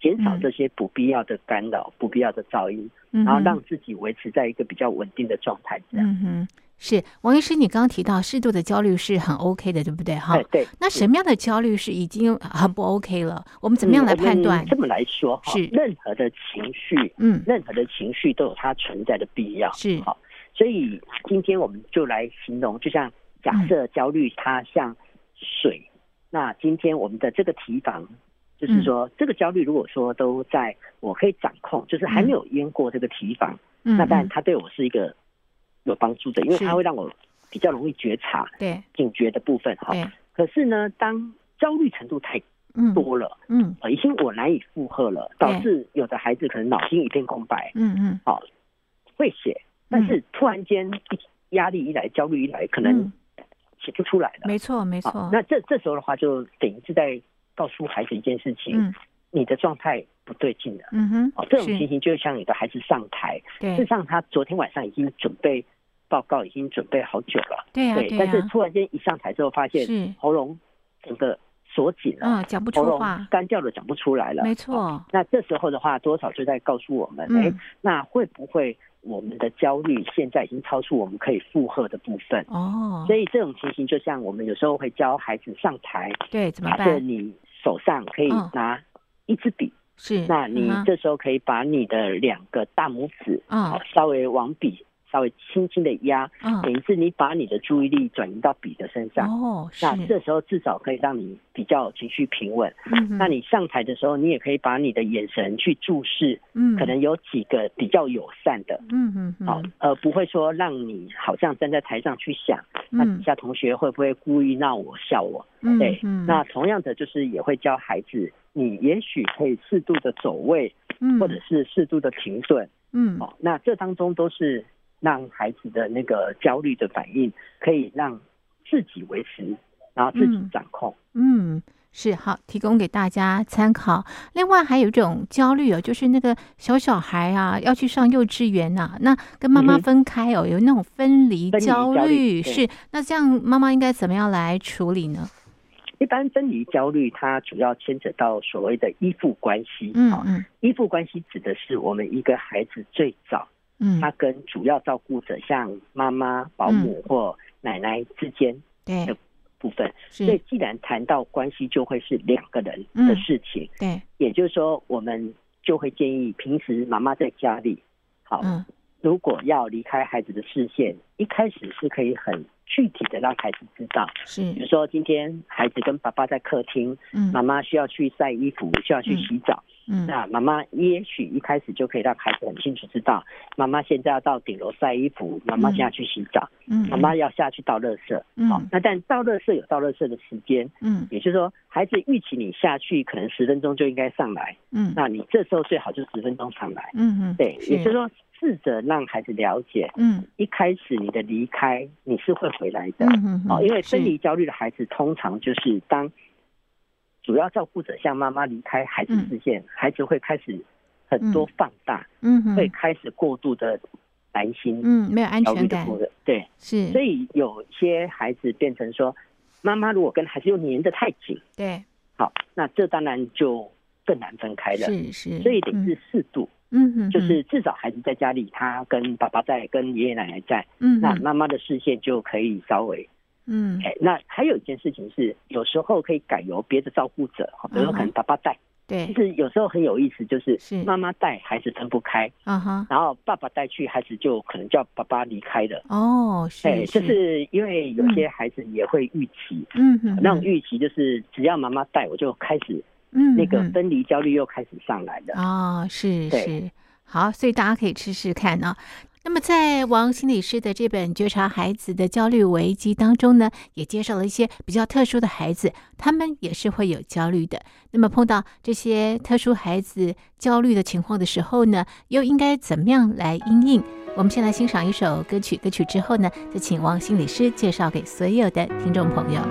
[SPEAKER 4] 减少
[SPEAKER 1] 嗯
[SPEAKER 4] 这些不必要的干扰、不必要的噪音，
[SPEAKER 1] 嗯哼，
[SPEAKER 4] 然后让自己维持在一个比较稳定的状态。这样，
[SPEAKER 1] 嗯哼，是王医师，你刚刚提到适度的焦虑是很 OK 的，对不对？哈
[SPEAKER 4] 哎，，对。
[SPEAKER 1] 那什么样的焦虑是已经很不 OK 了？我们怎么样
[SPEAKER 4] 嗯
[SPEAKER 1] 来
[SPEAKER 4] 我
[SPEAKER 1] 判
[SPEAKER 4] 们
[SPEAKER 1] 断？
[SPEAKER 4] 这么来说哈
[SPEAKER 1] 是，
[SPEAKER 4] 任何的情绪，
[SPEAKER 1] 嗯
[SPEAKER 4] 任何的情绪都有它存在的必要。
[SPEAKER 1] 是
[SPEAKER 4] 好，所以今天我们就来形容，就像假设
[SPEAKER 1] 嗯
[SPEAKER 4] 焦虑它像水，那今天我们的这个提防，
[SPEAKER 1] 嗯
[SPEAKER 4] 就是说、这个焦虑如果说都在我可以掌控，就是还没有淹过这个提防，
[SPEAKER 1] 嗯，
[SPEAKER 4] 那当然
[SPEAKER 1] 嗯
[SPEAKER 4] 它对我是一个有帮助的，因为
[SPEAKER 1] 是
[SPEAKER 4] 它会让我比较容易觉察、
[SPEAKER 1] 对
[SPEAKER 4] 警觉的部分哈。
[SPEAKER 1] 对，
[SPEAKER 4] 可是呢，当焦虑程度太
[SPEAKER 1] 嗯
[SPEAKER 4] 多了。
[SPEAKER 1] 嗯
[SPEAKER 4] 呃，已经我难以负荷了，导致有的孩子可能脑筋一片空白，
[SPEAKER 1] 嗯嗯，
[SPEAKER 4] 好、会写，但是突然间一压力一来，焦虑一来，可能
[SPEAKER 1] 嗯
[SPEAKER 4] 写不出来了。
[SPEAKER 1] 没错没
[SPEAKER 4] 好
[SPEAKER 1] 错，
[SPEAKER 4] 那这这时候的话，就等于是在告诉孩子一件事情，
[SPEAKER 1] 嗯
[SPEAKER 4] 你的状态不对劲了。
[SPEAKER 1] 嗯哼，
[SPEAKER 4] 哦，这种
[SPEAKER 1] 是
[SPEAKER 4] 情形就像你的孩子上台，事实
[SPEAKER 1] 对
[SPEAKER 4] 上他昨天晚上已经准备报告，已经准备好久了，
[SPEAKER 1] 对呀
[SPEAKER 4] 对，
[SPEAKER 1] 对
[SPEAKER 4] 但是
[SPEAKER 1] 呀，
[SPEAKER 4] 突然间一上台之后，发现
[SPEAKER 1] 是
[SPEAKER 4] 喉咙整个锁紧了，
[SPEAKER 1] 嗯，讲不
[SPEAKER 4] 喉
[SPEAKER 1] 出
[SPEAKER 4] 咙
[SPEAKER 1] 话，
[SPEAKER 4] 干掉了，讲不出来了。哦
[SPEAKER 1] 没错，
[SPEAKER 4] 那这时候的话，多少就在告诉我们，哎、
[SPEAKER 1] 嗯
[SPEAKER 4] 那会不会我们的焦虑现在已经超出我们可以负荷的部分？
[SPEAKER 1] 哦
[SPEAKER 4] 所，以这种情形，就像我们有时候会教孩子上台，
[SPEAKER 1] 对，怎么
[SPEAKER 4] 假设
[SPEAKER 1] 办？
[SPEAKER 4] 你手上可以
[SPEAKER 1] 嗯
[SPEAKER 4] 拿一支笔，
[SPEAKER 1] 是，
[SPEAKER 4] 那
[SPEAKER 1] 嗯
[SPEAKER 4] 你
[SPEAKER 1] 哼
[SPEAKER 4] 这时候可以把你的两个大拇指，
[SPEAKER 1] 嗯
[SPEAKER 4] 好稍微往笔稍微轻轻的压，等
[SPEAKER 1] 嗯
[SPEAKER 4] 于是你把你的注意力转移到笔的身上。
[SPEAKER 1] 哦是，
[SPEAKER 4] 那这时候至少可以让你比较情绪平稳。
[SPEAKER 1] 嗯
[SPEAKER 4] 那
[SPEAKER 1] 哼
[SPEAKER 4] 你上台的时候，你也可以把你的眼神去注视，
[SPEAKER 1] 嗯
[SPEAKER 4] 可能有几个比较友善的，
[SPEAKER 1] 嗯嗯嗯
[SPEAKER 4] 好、呃，不会说让你好像站在台上去想，那底
[SPEAKER 1] 嗯
[SPEAKER 4] 下同学会不会故意闹我笑我？
[SPEAKER 1] 嗯
[SPEAKER 4] 对，
[SPEAKER 1] 嗯
[SPEAKER 4] 那同样的就是也会教孩子，你也许可以适度的走位，
[SPEAKER 1] 嗯
[SPEAKER 4] 或者是适度的停顿，
[SPEAKER 1] 嗯
[SPEAKER 4] 哦，那这当中都是让孩子的那个焦虑的反应可以让自己维持，然后自己
[SPEAKER 1] 嗯
[SPEAKER 4] 掌控。
[SPEAKER 1] 嗯，是好，提供给大家参考。另外还有一种焦虑哦，就是那个小小孩啊，要去上幼稚园呐、那跟妈妈
[SPEAKER 4] 嗯哼
[SPEAKER 1] 分开哦，有那种分离
[SPEAKER 4] 分离焦虑对
[SPEAKER 1] 是，那这样妈妈应该怎么样来处理呢？
[SPEAKER 4] 一般分离焦虑，它主要牵扯到所谓的依附关系。
[SPEAKER 1] 嗯
[SPEAKER 4] 哦
[SPEAKER 1] 嗯
[SPEAKER 4] 依附关系指的是我们一个孩子最早
[SPEAKER 1] 嗯，
[SPEAKER 4] 他跟主要照顾者，像妈妈、保姆
[SPEAKER 1] 嗯
[SPEAKER 4] 或奶奶之间
[SPEAKER 1] 对
[SPEAKER 4] 的，部分。所以
[SPEAKER 1] 是，嗯
[SPEAKER 4] 既然谈到关系，就会是两个人的事情。
[SPEAKER 1] 对，
[SPEAKER 4] 也就是说，我们就会建议平时妈妈在家里，好，
[SPEAKER 1] 嗯
[SPEAKER 4] 如果要离开孩子的视线，一开始是可以很具体的让孩子知道，比如
[SPEAKER 1] 是，
[SPEAKER 4] 说今天孩子跟爸爸在客厅，
[SPEAKER 1] 嗯
[SPEAKER 4] 妈妈需要去晒衣服，需要去洗澡。
[SPEAKER 1] 嗯
[SPEAKER 4] 那妈妈也许一开始就可以让孩子很清楚知道，妈妈现在要到顶楼晒衣服，妈妈现在去洗澡，
[SPEAKER 1] 嗯，
[SPEAKER 4] 妈妈要下去倒垃圾。
[SPEAKER 1] 嗯
[SPEAKER 4] 好，那但倒垃圾有倒垃圾的时间，
[SPEAKER 1] 嗯
[SPEAKER 4] 也就是说，孩子预期你下去可能十分钟就应该上来，
[SPEAKER 1] 嗯
[SPEAKER 4] 那你这时候最好就十分钟上来。
[SPEAKER 1] 嗯嗯，
[SPEAKER 4] 对，也就是
[SPEAKER 1] 是，
[SPEAKER 4] 说，试着让孩子了解，
[SPEAKER 1] 嗯
[SPEAKER 4] 一开始你的离开你是会回来的。
[SPEAKER 1] 嗯嗯，
[SPEAKER 4] 哦，因为分
[SPEAKER 1] 是
[SPEAKER 4] 离，焦虑的孩子通常就是当主要照顾者向妈妈离开孩子视线，孩子会开始很多放大，
[SPEAKER 1] 嗯嗯
[SPEAKER 4] 会开始过度的担心、
[SPEAKER 1] 嗯没有安
[SPEAKER 4] 焦
[SPEAKER 1] 全
[SPEAKER 4] 虑的
[SPEAKER 1] 感嗯
[SPEAKER 4] 部，分。对，
[SPEAKER 1] 是，
[SPEAKER 4] 所以有些孩子变成说，妈妈如果跟孩子又黏得太紧，
[SPEAKER 1] 对，
[SPEAKER 4] 好，那这当然就更难分开了。
[SPEAKER 1] 是是，
[SPEAKER 4] 所以得
[SPEAKER 1] 嗯
[SPEAKER 4] 是适度，
[SPEAKER 1] 嗯嗯，
[SPEAKER 4] 就是至少孩子在家里，他跟爸爸在，跟爷爷奶奶在，
[SPEAKER 1] 嗯
[SPEAKER 4] 那
[SPEAKER 1] 嗯
[SPEAKER 4] 妈妈的视线就可以稍微
[SPEAKER 1] 嗯
[SPEAKER 4] 哎，那还有一件事情是，有时候可以改由别的照顾者，
[SPEAKER 1] 嗯
[SPEAKER 4] 哈比如说可能爸爸带。其
[SPEAKER 1] 对，
[SPEAKER 4] 实有时候很有意思，就是
[SPEAKER 1] 是
[SPEAKER 4] 妈妈带孩子分不开，
[SPEAKER 1] 啊哈。
[SPEAKER 4] 然后爸爸带去孩子就可能叫爸爸离开了。
[SPEAKER 1] 哦，
[SPEAKER 4] 哎，
[SPEAKER 1] 是，
[SPEAKER 4] 就是因为有些孩子也会预期，
[SPEAKER 1] 嗯哼，
[SPEAKER 4] 那种预期就是只要妈妈带，我就开始
[SPEAKER 1] 嗯
[SPEAKER 4] 那个
[SPEAKER 1] 嗯
[SPEAKER 4] 分离焦虑又开始上来了。
[SPEAKER 1] 啊、是
[SPEAKER 4] 对
[SPEAKER 1] 是，好，所以大家可以试试看啊。那么，在王心理师的这本《觉察孩子的焦虑危机》当中呢，也介绍了一些比较特殊的孩子，他们也是会有焦虑的。那么，碰到这些特殊孩子焦虑的情况的时候呢，又应该怎么样来应应？我们先来欣赏一首歌曲，歌曲之后呢，就请王心理师介绍给所有的听众朋友。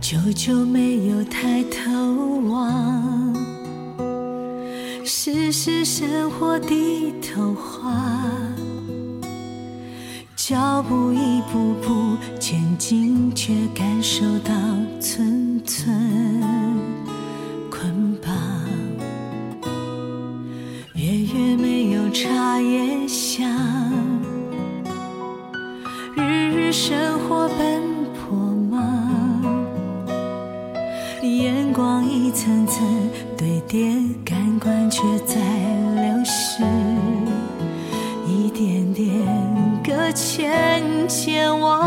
[SPEAKER 5] 久久没有抬头望，世事生活低头花，脚步一步步前进，却感受到寸寸捆绑。月月没有茶叶香，日日生活奔波忙。眼光一层层堆叠，感官却在流逝，一点点搁浅前往。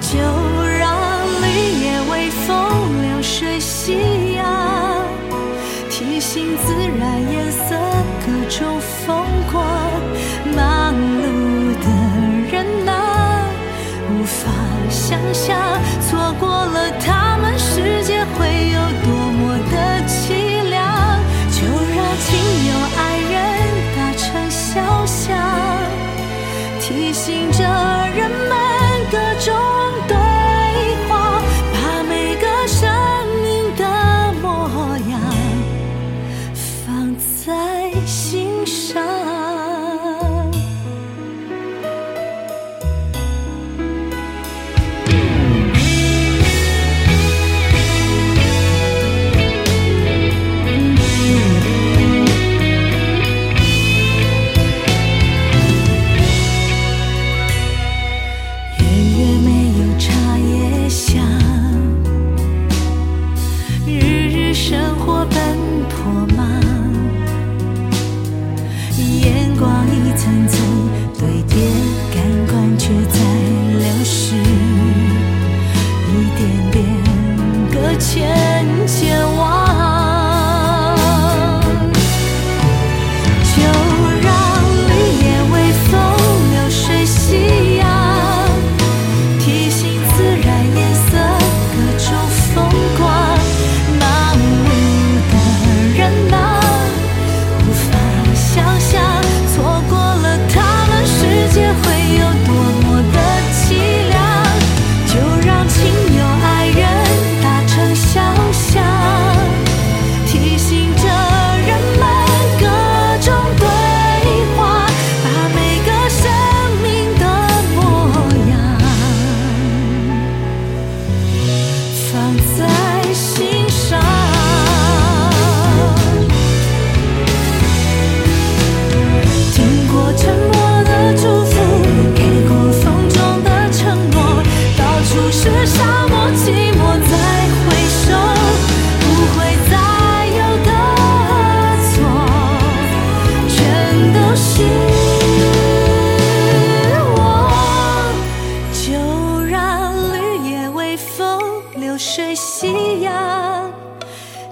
[SPEAKER 5] 就让绿叶微风流水夕阳，提醒自然颜色各种风光。忙碌的人啊，无法想象错过了他们，世界会有多么的凄凉。就让亲友爱人打成肖像，提醒着人们各种对话，把每个生命的模样放在心上。月月没有茶叶香，日日生活奔波忙，眼光一层层堆叠，感官却在流逝，一点点搁浅前往。就让绿叶微风流水夕阳，提醒自然颜色各种风光。忙碌的人啊，无法想象错过了他们，世界会有多么的凄凉。就让亲友爱人打成肖像。提醒着人们各种对话，把每个生命的模样放在心上。经过沉默的祝福，给过风中的承诺，到处是沙漠，寂寞在回首，不会再有的错，全都是我。就让绿叶微风流水夕阳。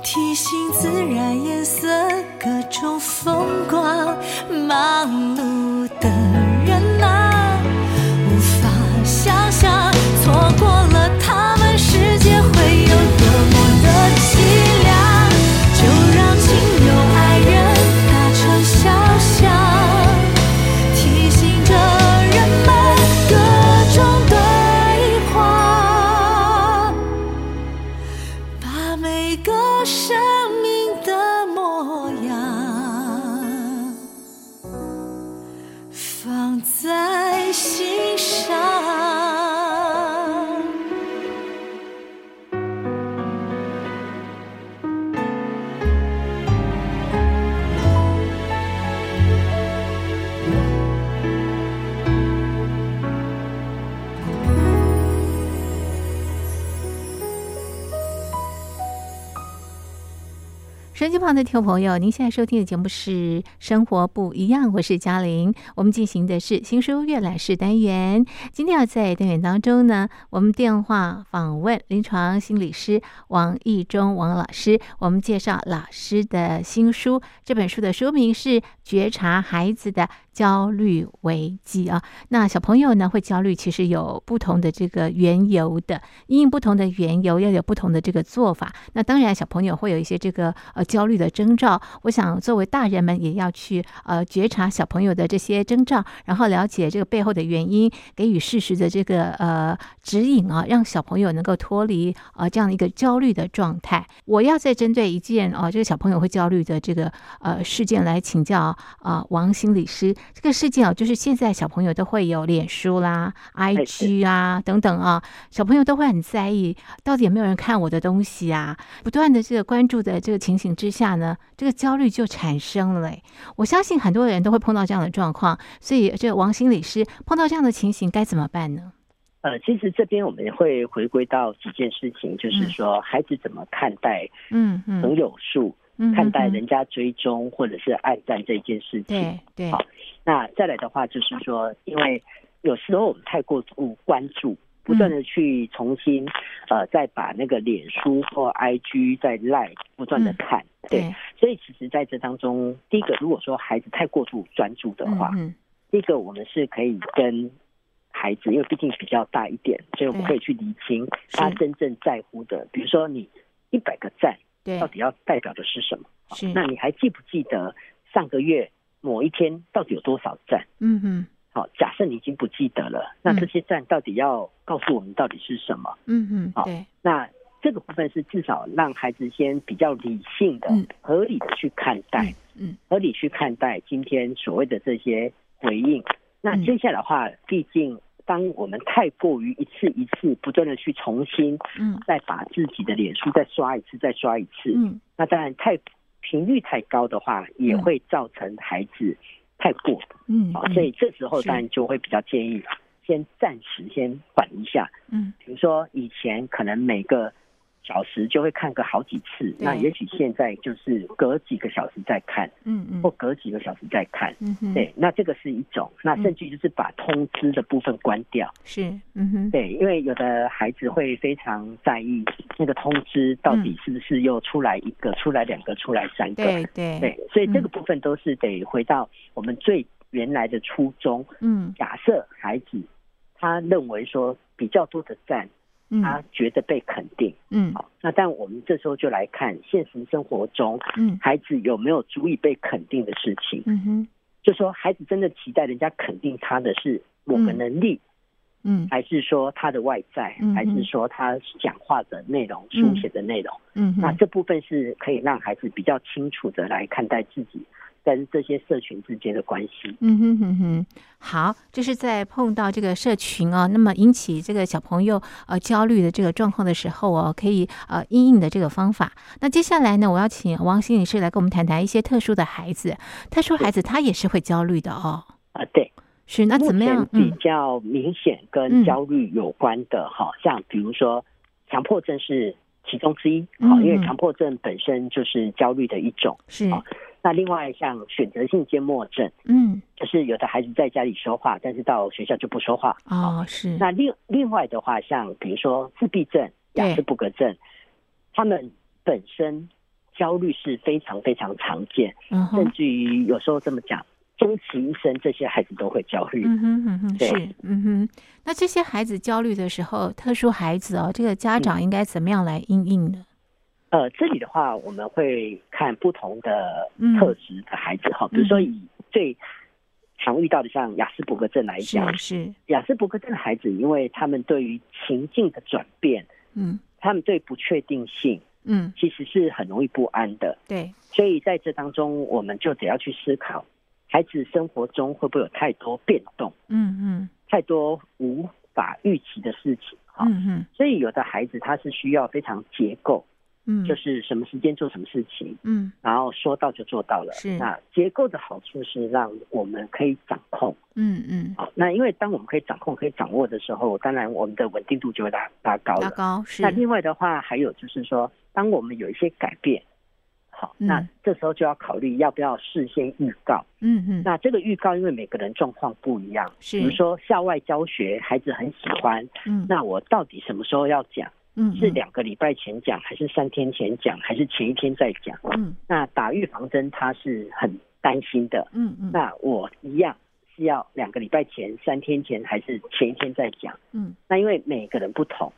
[SPEAKER 5] 提醒自然颜色各种风光，忙碌的人啊，无法想象错过了他们，世界会有多么的凄凉。就让亲友爱人打成肖像。提醒着人们各种对话，把每个生命的模样放在心上。
[SPEAKER 1] 收音机旁的听众朋友，您现在收听的节目是《生活不一样》，我是嘉玲。我们进行的是新书阅览室单元。今天要在单元当中呢，我们电话访问临床心理师王义中王老师，我们介绍老师的新书。这本书的书名是《觉察孩子的焦虑危机》啊。那小朋友呢会焦虑，其实有不同的这个缘由的，因应不同的缘由要有不同的这个做法。那当然，小朋友会有一些这个呃焦虑的征兆。我想作为大人们也要去呃觉察小朋友的这些征兆，然后了解这个背后的原因，给予适时的这个呃指引啊，让小朋友能够脱离呃这样的一个焦虑的状态。我要再针对一件哦、呃这个小朋友会焦虑的这个呃事件来请教啊、呃王心理师。这个事件哦、就是现在小朋友都会有脸书啦、IG 啊等等啊，小朋友都会很在意到底有没有人看我的东西啊。不断的这个关注的这个情形之下呢，这个焦虑就产生了欸。我相信很多人都会碰到这样的状况，所以这个王心理师碰到这样的情形该怎么办呢？
[SPEAKER 4] 呃，其实这边我们会回归到几件事情，就是说孩子怎么看待
[SPEAKER 1] 嗯
[SPEAKER 4] 朋
[SPEAKER 1] 嗯，
[SPEAKER 4] 友数、
[SPEAKER 1] 嗯
[SPEAKER 4] 看待
[SPEAKER 1] 嗯嗯
[SPEAKER 4] 人家追踪或者是暗赞这件事情。
[SPEAKER 1] 对对
[SPEAKER 4] 好那再来的话，就是说，因为有时候我们太过度关注，不断的去重新、呃，再把那个脸书或 IG 再 Line 不断的看，
[SPEAKER 1] 嗯
[SPEAKER 4] 对，
[SPEAKER 1] 对
[SPEAKER 4] 所以其实在这当中，第一个，如果说孩子太过度专注的话，
[SPEAKER 1] 嗯
[SPEAKER 4] 第一个我们是可以跟孩子，因为毕竟比较大一点，所以我们
[SPEAKER 1] 对
[SPEAKER 4] 可以去厘清他
[SPEAKER 1] 是
[SPEAKER 4] 真正在乎的，比如说你一百个赞
[SPEAKER 1] 对
[SPEAKER 4] 到底要代表的是什么？
[SPEAKER 1] 是
[SPEAKER 4] 那你还记不记得上个月某一天到底有多少赞？
[SPEAKER 1] 嗯嗯
[SPEAKER 4] 好，假设你已经不记得了，那这些站到底要告诉我们到底是什么？
[SPEAKER 1] 嗯嗯
[SPEAKER 4] 好
[SPEAKER 1] 对
[SPEAKER 4] 那这个部分是至少让孩子先比较理性的
[SPEAKER 1] 嗯、
[SPEAKER 4] 合理的去看待，
[SPEAKER 1] 嗯嗯
[SPEAKER 4] 合理去看待今天所谓的这些回应。那
[SPEAKER 1] 嗯
[SPEAKER 4] 接下来的话，毕竟当我们太过于一次一次不断的去重新
[SPEAKER 1] 嗯
[SPEAKER 4] 再把自己的脸书再刷一次，再刷一次，
[SPEAKER 1] 嗯
[SPEAKER 4] 那当然太频率太高的话，也
[SPEAKER 1] 嗯
[SPEAKER 4] 会造成孩子太过
[SPEAKER 1] 嗯
[SPEAKER 4] 好，所以这时候
[SPEAKER 1] 是
[SPEAKER 4] 当然就会比较建议先暂时先缓一下。
[SPEAKER 1] 嗯
[SPEAKER 4] 比如说以前可能每个小时就会看个好几次，那也许现在就是隔几个小时再看，
[SPEAKER 1] 嗯嗯
[SPEAKER 4] 或隔几个小时再看。
[SPEAKER 1] 嗯哼
[SPEAKER 4] 哦对，那这个是一种，那
[SPEAKER 1] 嗯
[SPEAKER 4] 甚至就是把通知的部分关掉。
[SPEAKER 1] 是嗯哼
[SPEAKER 4] 对，因为有的孩子会非常在意那个通知到底是不是又出来一个、出来两个、出来三个。
[SPEAKER 1] 对对
[SPEAKER 4] 对，所以这个
[SPEAKER 1] 嗯
[SPEAKER 4] 部分都是得回到我们最原来的初衷。
[SPEAKER 1] 嗯
[SPEAKER 4] 假设孩子他认为说比较多的赞，
[SPEAKER 1] 嗯
[SPEAKER 4] 他觉得被肯定，
[SPEAKER 1] 嗯
[SPEAKER 4] 好，那但我们这时候就来看现实生活中
[SPEAKER 1] 嗯
[SPEAKER 4] 孩子有没有足以被肯定的事情，
[SPEAKER 1] 嗯哼
[SPEAKER 4] 就说孩子真的期待人家肯定他的是某个能力，
[SPEAKER 1] 嗯
[SPEAKER 4] 还是说他的外在
[SPEAKER 1] 嗯哼，
[SPEAKER 4] 还是说他讲话的内容、
[SPEAKER 1] 嗯
[SPEAKER 4] 书写的内容？
[SPEAKER 1] 嗯
[SPEAKER 4] 那
[SPEAKER 1] 哼
[SPEAKER 4] 这部分是可以让孩子比较清楚的来看待自己跟这些社群之间的关系。
[SPEAKER 1] 嗯哼哼哼，好，就是在碰到这个社群啊，那么引起这个小朋友呃焦虑的这个状况的时候哦、可以呃应应的这个方法。那接下来呢，我要请王心理师来跟我们谈谈一些特殊的孩子，特殊孩子他也是会焦虑的哦。
[SPEAKER 4] 啊、对，
[SPEAKER 1] 是，那
[SPEAKER 4] 目
[SPEAKER 1] 怎么
[SPEAKER 4] 前
[SPEAKER 1] 样？
[SPEAKER 4] 比
[SPEAKER 1] 嗯
[SPEAKER 4] 较明显跟焦虑有关的，哈、像比如说强迫症是其中之一，
[SPEAKER 1] 嗯
[SPEAKER 4] 好、因为
[SPEAKER 1] 嗯
[SPEAKER 4] 强迫症本身就是焦虑的一种。
[SPEAKER 1] 是，
[SPEAKER 4] 好那另外像选择性缄默症，
[SPEAKER 1] 嗯，
[SPEAKER 4] 就是有的孩子在家里说话，但是到学校就不说话。
[SPEAKER 1] 哦，是，
[SPEAKER 4] 那另另外的话，像比如说自闭症、
[SPEAKER 1] 对
[SPEAKER 4] 雅斯伯格症，他们本身焦虑是非常非常常见，
[SPEAKER 1] 嗯哼
[SPEAKER 4] 甚，至于有时候这么讲，终其一生这些孩子都会焦虑。
[SPEAKER 1] 嗯哼嗯哼，
[SPEAKER 4] 对
[SPEAKER 1] 是，嗯哼。那这些孩子焦虑的时候，特殊孩子哦，这个家长应该怎么样来应应呢？
[SPEAKER 4] 呃，这里的话，我们会看不同的
[SPEAKER 1] 嗯
[SPEAKER 4] 特质的孩子哈，比如说以最常遇到的像雅斯伯格症来讲
[SPEAKER 1] 是，是，
[SPEAKER 4] 雅斯伯格症的孩子，因为他们对于情境的转变，
[SPEAKER 1] 嗯
[SPEAKER 4] 他们对不确定性
[SPEAKER 1] 嗯，
[SPEAKER 4] 其实是很容易不安的。
[SPEAKER 1] 对，
[SPEAKER 4] 所以在这当中，我们就得要去思考，孩子生活中会不会有太多变动，
[SPEAKER 1] 嗯嗯
[SPEAKER 4] 太多无法预期的事情哈。
[SPEAKER 1] 嗯嗯
[SPEAKER 4] 所以有的孩子他是需要非常结构，
[SPEAKER 1] 嗯，
[SPEAKER 4] 就是什么时间做什么事情，
[SPEAKER 1] 嗯
[SPEAKER 4] 然后说到就做到了。
[SPEAKER 1] 是
[SPEAKER 4] 那结构的好处是让我们可以掌控。
[SPEAKER 1] 嗯嗯，
[SPEAKER 4] 好，那因为当我们可以掌控、可以掌握的时候，当然我们的稳定度就会拉拉高
[SPEAKER 1] 拉
[SPEAKER 4] 了。
[SPEAKER 1] 高是
[SPEAKER 4] 那，另外的话，还有就是说，当我们有一些改变，好，
[SPEAKER 1] 嗯
[SPEAKER 4] 那这时候就要考虑要不要事先预告。
[SPEAKER 1] 嗯嗯，
[SPEAKER 4] 那这个预告，因为每个人状况不一样，
[SPEAKER 1] 是，
[SPEAKER 4] 比如说校外教学，孩子很喜欢，
[SPEAKER 1] 嗯，
[SPEAKER 4] 那我到底什么时候要讲？
[SPEAKER 1] 嗯
[SPEAKER 4] 是，两个礼拜前讲，还是三天前讲，还是前一天再讲？
[SPEAKER 1] 嗯
[SPEAKER 4] 那打预防针，他是很担心的。
[SPEAKER 1] 嗯嗯，
[SPEAKER 4] 那我一样是要两个礼拜前、三天前，还是前一天再讲？
[SPEAKER 1] 嗯
[SPEAKER 4] 那因为每个人不同，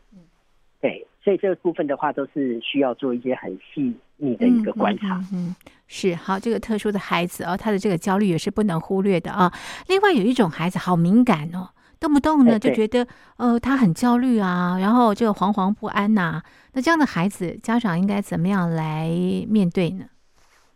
[SPEAKER 4] 对，所以这个部分的话都是需要做一些很细腻的一个观察。
[SPEAKER 1] 嗯。嗯嗯嗯是好，这个特殊的孩子哦，他的这个焦虑也是不能忽略的啊。另外有一种孩子好敏感哦，动不动呢
[SPEAKER 4] 哎
[SPEAKER 1] 就
[SPEAKER 4] 对
[SPEAKER 1] 觉得呃他很焦虑啊，然后就惶惶不安呐、那这样的孩子，家长应该怎么样来面对呢？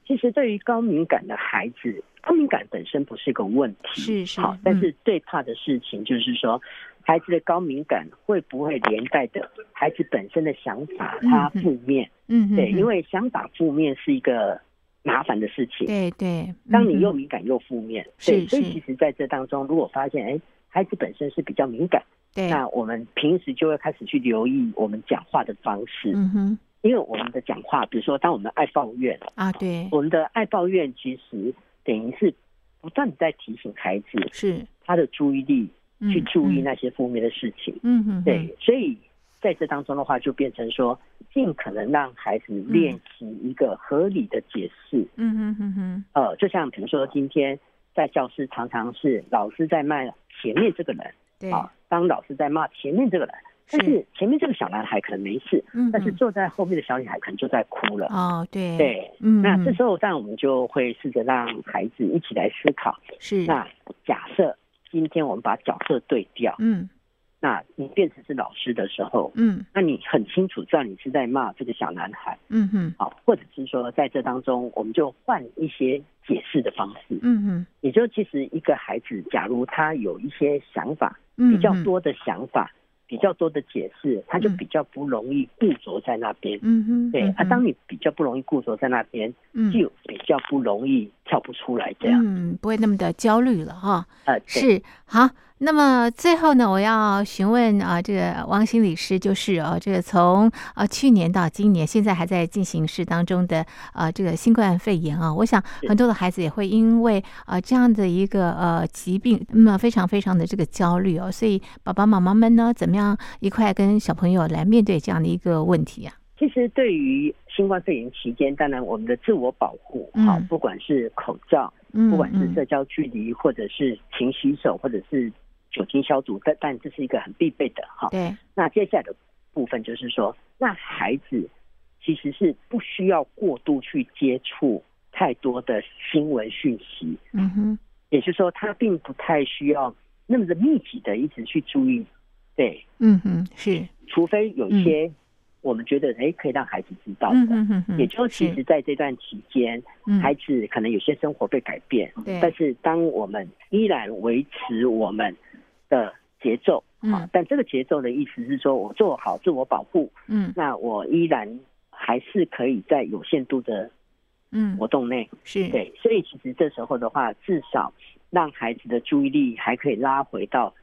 [SPEAKER 4] 其实对于高敏感的孩子，高敏感本身不是个问题，
[SPEAKER 1] 是是
[SPEAKER 4] 好
[SPEAKER 1] 嗯，
[SPEAKER 4] 但是最怕的事情就是说，孩子的高敏感会不会连带的孩子本身的想法
[SPEAKER 1] 嗯
[SPEAKER 4] 他
[SPEAKER 1] 嗯
[SPEAKER 4] 负面？
[SPEAKER 1] 嗯哼，
[SPEAKER 4] 对，因
[SPEAKER 1] 为
[SPEAKER 4] 为想法负面是一个麻烦的事情。
[SPEAKER 1] 对对，
[SPEAKER 4] 当你又
[SPEAKER 1] 嗯
[SPEAKER 4] 敏感又负面，
[SPEAKER 1] 是
[SPEAKER 4] 对，所以
[SPEAKER 1] 是
[SPEAKER 4] 其实在这当中，如果发现哎，孩子本身是比较敏感，
[SPEAKER 1] 哼对，
[SPEAKER 4] 那我们平时就会开始去留意我们讲话的方式，
[SPEAKER 1] 嗯哼
[SPEAKER 4] 因为我们的讲话，比如说当我们爱抱怨，
[SPEAKER 1] 啊，对，
[SPEAKER 4] 我们的爱抱怨其实等于是不断地在提醒孩子
[SPEAKER 1] 是
[SPEAKER 4] 他的注意力去注意，
[SPEAKER 1] 嗯
[SPEAKER 4] 那些负面的事情。
[SPEAKER 1] 嗯嗯哼，
[SPEAKER 4] 对，所以在这当中的话，就变成说，尽可能让孩子练习一个合理的解释。
[SPEAKER 1] 嗯哼哼哼，
[SPEAKER 4] 呃，就像比如说今天在教室常常是老师在骂前面这个人，
[SPEAKER 1] 对，
[SPEAKER 4] 啊，当老师在骂前面这个人，但是前面这个小男孩可能没事，
[SPEAKER 1] 嗯哼，
[SPEAKER 4] 但是坐在后面的小女孩可能就在哭了。
[SPEAKER 1] 哦，对，
[SPEAKER 4] 对，
[SPEAKER 1] 嗯，
[SPEAKER 4] 那这
[SPEAKER 1] 嗯
[SPEAKER 4] 时候当然我们就会试着让孩子一起来思考。
[SPEAKER 1] 是
[SPEAKER 4] 那假设今天我们把角色对调，
[SPEAKER 1] 嗯
[SPEAKER 4] 那你变成是老师的时候，
[SPEAKER 1] 嗯
[SPEAKER 4] 那你很清楚知道你是在骂这个小男孩，
[SPEAKER 1] 嗯哼
[SPEAKER 4] 好，或者是说在这当中我们就换一些解释的方式。
[SPEAKER 1] 嗯哼
[SPEAKER 4] 也就其实一个孩子，假如他有一些想法，
[SPEAKER 1] 嗯
[SPEAKER 4] 比较
[SPEAKER 1] 哼
[SPEAKER 4] 多的想法，比较多的解释，他就
[SPEAKER 1] 嗯
[SPEAKER 4] 比较不容易固着在那边。
[SPEAKER 1] 嗯哼，
[SPEAKER 4] 对
[SPEAKER 1] 嗯
[SPEAKER 4] 啊，
[SPEAKER 1] 哼
[SPEAKER 4] 当你比较不容易固着在那边，
[SPEAKER 1] 嗯
[SPEAKER 4] 就比较不容易跳不出来这样。
[SPEAKER 1] 嗯，不会那么的焦虑了哈。
[SPEAKER 4] 呃，对
[SPEAKER 1] 是好，那么最后呢，我要询问啊、这个汪心理师，就是哦、这个从呃去年到今年，现在还在进行式当中的呃这个新冠肺炎啊、我想
[SPEAKER 4] 是
[SPEAKER 1] 很多的孩子也会因为呃这样的一个呃疾病，那、么非常非常的这个焦虑哦，所以爸爸妈妈们呢，怎么样一块跟小朋友来面对这样的一个问题啊？
[SPEAKER 4] 其实对于新冠肺炎期间，当然我们的自我保护，
[SPEAKER 1] 嗯
[SPEAKER 4] 好、不管是口罩，
[SPEAKER 1] 嗯，
[SPEAKER 4] 不管是
[SPEAKER 1] 嗯
[SPEAKER 4] 社交距离，或者是勤洗手，或者是酒精消毒，但但这是一个很必备的哈。
[SPEAKER 1] 嗯对，
[SPEAKER 4] 那接下来的部分就是说，那孩子其实是不需要过度去接触太多的新闻讯息，
[SPEAKER 1] 嗯哼，
[SPEAKER 4] 也就是说，他并不太需要那么的密集的一直去注意，对，
[SPEAKER 1] 嗯哼，是，
[SPEAKER 4] 除非有一些我们觉得哎、诶可以让孩子知道的。
[SPEAKER 1] 嗯哼哼哼，
[SPEAKER 4] 也就是其实，在这段期间，
[SPEAKER 1] 嗯
[SPEAKER 4] 孩子可能有些生活被改变，
[SPEAKER 1] 对
[SPEAKER 4] 但是当我们依然维持我们的节奏，
[SPEAKER 1] 嗯
[SPEAKER 4] 啊，但这个节奏的意思是说我做好自我保护，
[SPEAKER 1] 嗯
[SPEAKER 4] 那我依然还是可以在有限度的
[SPEAKER 1] 嗯
[SPEAKER 4] 活动内，
[SPEAKER 1] 是，
[SPEAKER 4] 对，所以其实这时候的话，至少让孩子的注意力还可以拉回到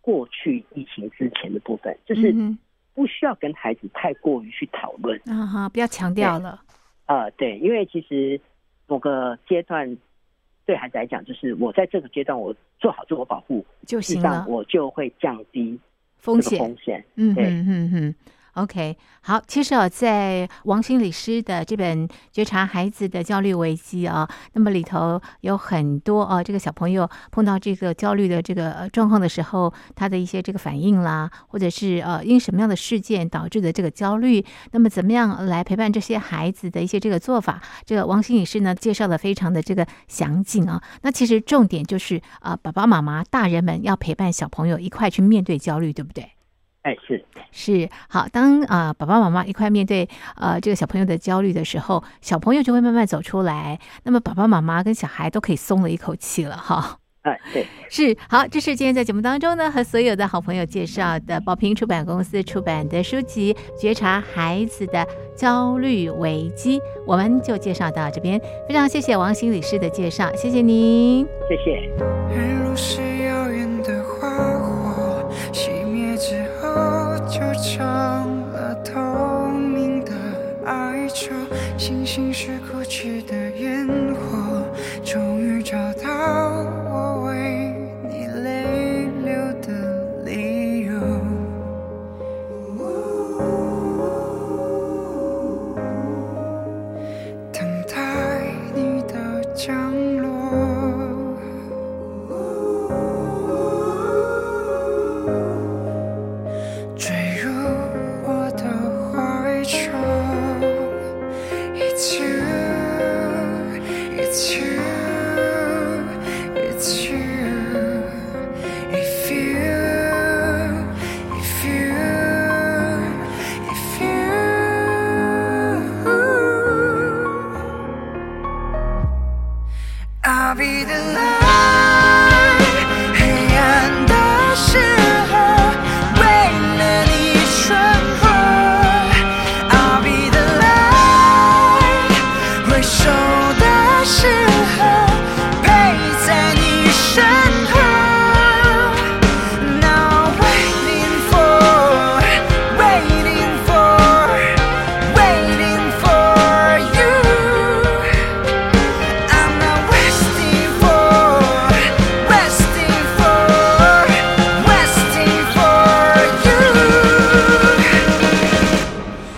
[SPEAKER 4] 过去疫情之前的部分，就是
[SPEAKER 1] 嗯
[SPEAKER 4] 不需要跟孩子太过于去讨论。
[SPEAKER 1] 哼啊哈，不要强调了，
[SPEAKER 4] 呃，对，因为其实某个阶段对孩子来讲，就是我在这个阶段我做好自我保护，
[SPEAKER 1] 就
[SPEAKER 4] 事实
[SPEAKER 1] 行
[SPEAKER 4] 上
[SPEAKER 1] 了，
[SPEAKER 4] 我就会降低
[SPEAKER 1] 风
[SPEAKER 4] 这个
[SPEAKER 1] 险
[SPEAKER 4] 风，险。
[SPEAKER 1] 嗯
[SPEAKER 4] 对
[SPEAKER 1] 哼哼哼。OK，好，其实哦，在王心理师的这本《觉察孩子的焦虑危机》啊，那么里头有很多啊，这个小朋友碰到这个焦虑的这个呃状况的时候，他的一些这个反应啦，或者是呃因什么样的事件导致的这个焦虑，那么怎么样来陪伴这些孩子的一些这个做法？这个王心理师呢介绍的非常的这个详尽啊。那其实重点就是啊、呃爸爸妈妈、大人们要陪伴小朋友一块去面对焦虑，对不对？
[SPEAKER 4] 哎，是
[SPEAKER 1] 是好，当啊、爸爸妈妈一块面对呃这个小朋友的焦虑的时候，小朋友就会慢慢走出来，那么爸爸妈妈跟小孩都可以松了一口气了哈。
[SPEAKER 4] 哎，对，
[SPEAKER 1] 是好，这是今天在节目当中呢和所有的好朋友介绍的宝瓶出版公司出版的书籍《觉察孩子的焦虑危机》，我们就介绍到这边，非常谢谢王心理师的介绍，谢谢您。
[SPEAKER 4] 谢谢。
[SPEAKER 6] 日落是耀眼的花火，熄灭之后就成了透明的爱追求，星星是哭泣的烟火，终于找到我为你泪流的理由。等待你的降落。坠入我的怀中。It's you, it's you, it's you. If you, if you, if you. I'll be the light，黑暗的时候，为了你存活。I'll be the light，回首的时候，陪在你身后。Now waiting for，waiting for，waiting for you。I'm not resting for, resting for, resting for you.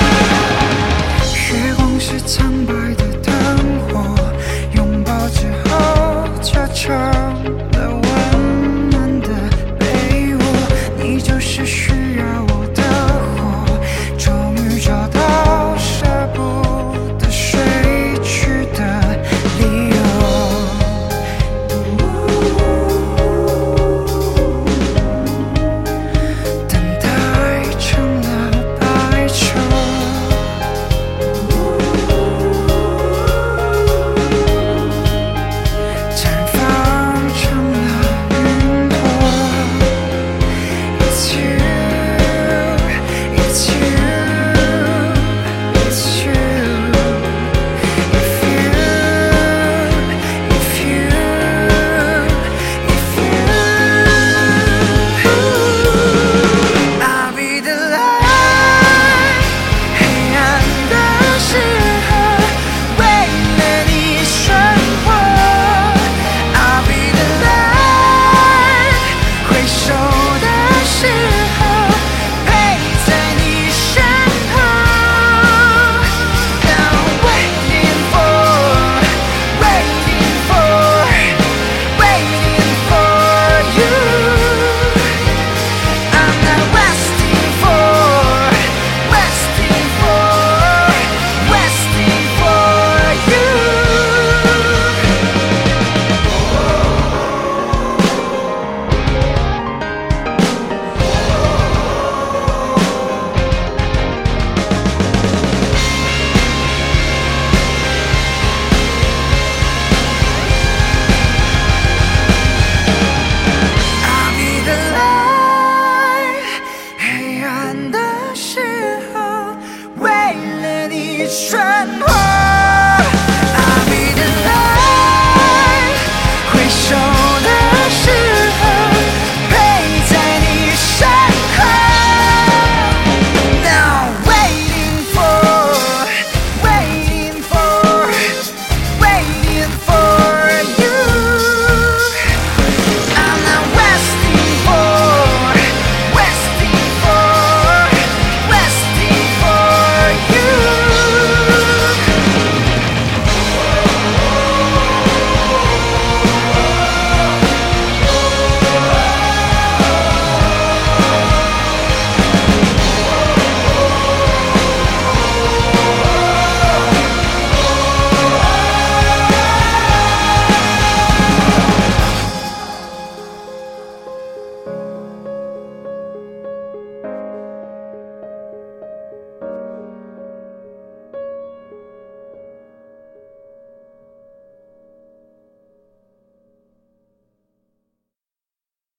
[SPEAKER 6] 《月光是苍白的灯火》，拥抱之后就成了温暖的被窝。你就是需要我的火，终于找到舍不得睡去的理由。等待成了白昼。绽放成了云朵。It's you, it's you, it's you. If you, if you, if you, I'll be the light. 黑暗的时候，为了你生活。I'll be the light，回首的时候，陪在你身后。Now waiting for，waiting for，waiting for you。I'm not resting for, resting for, resting for you. I'll be the light，黑暗的时候，为了你生活。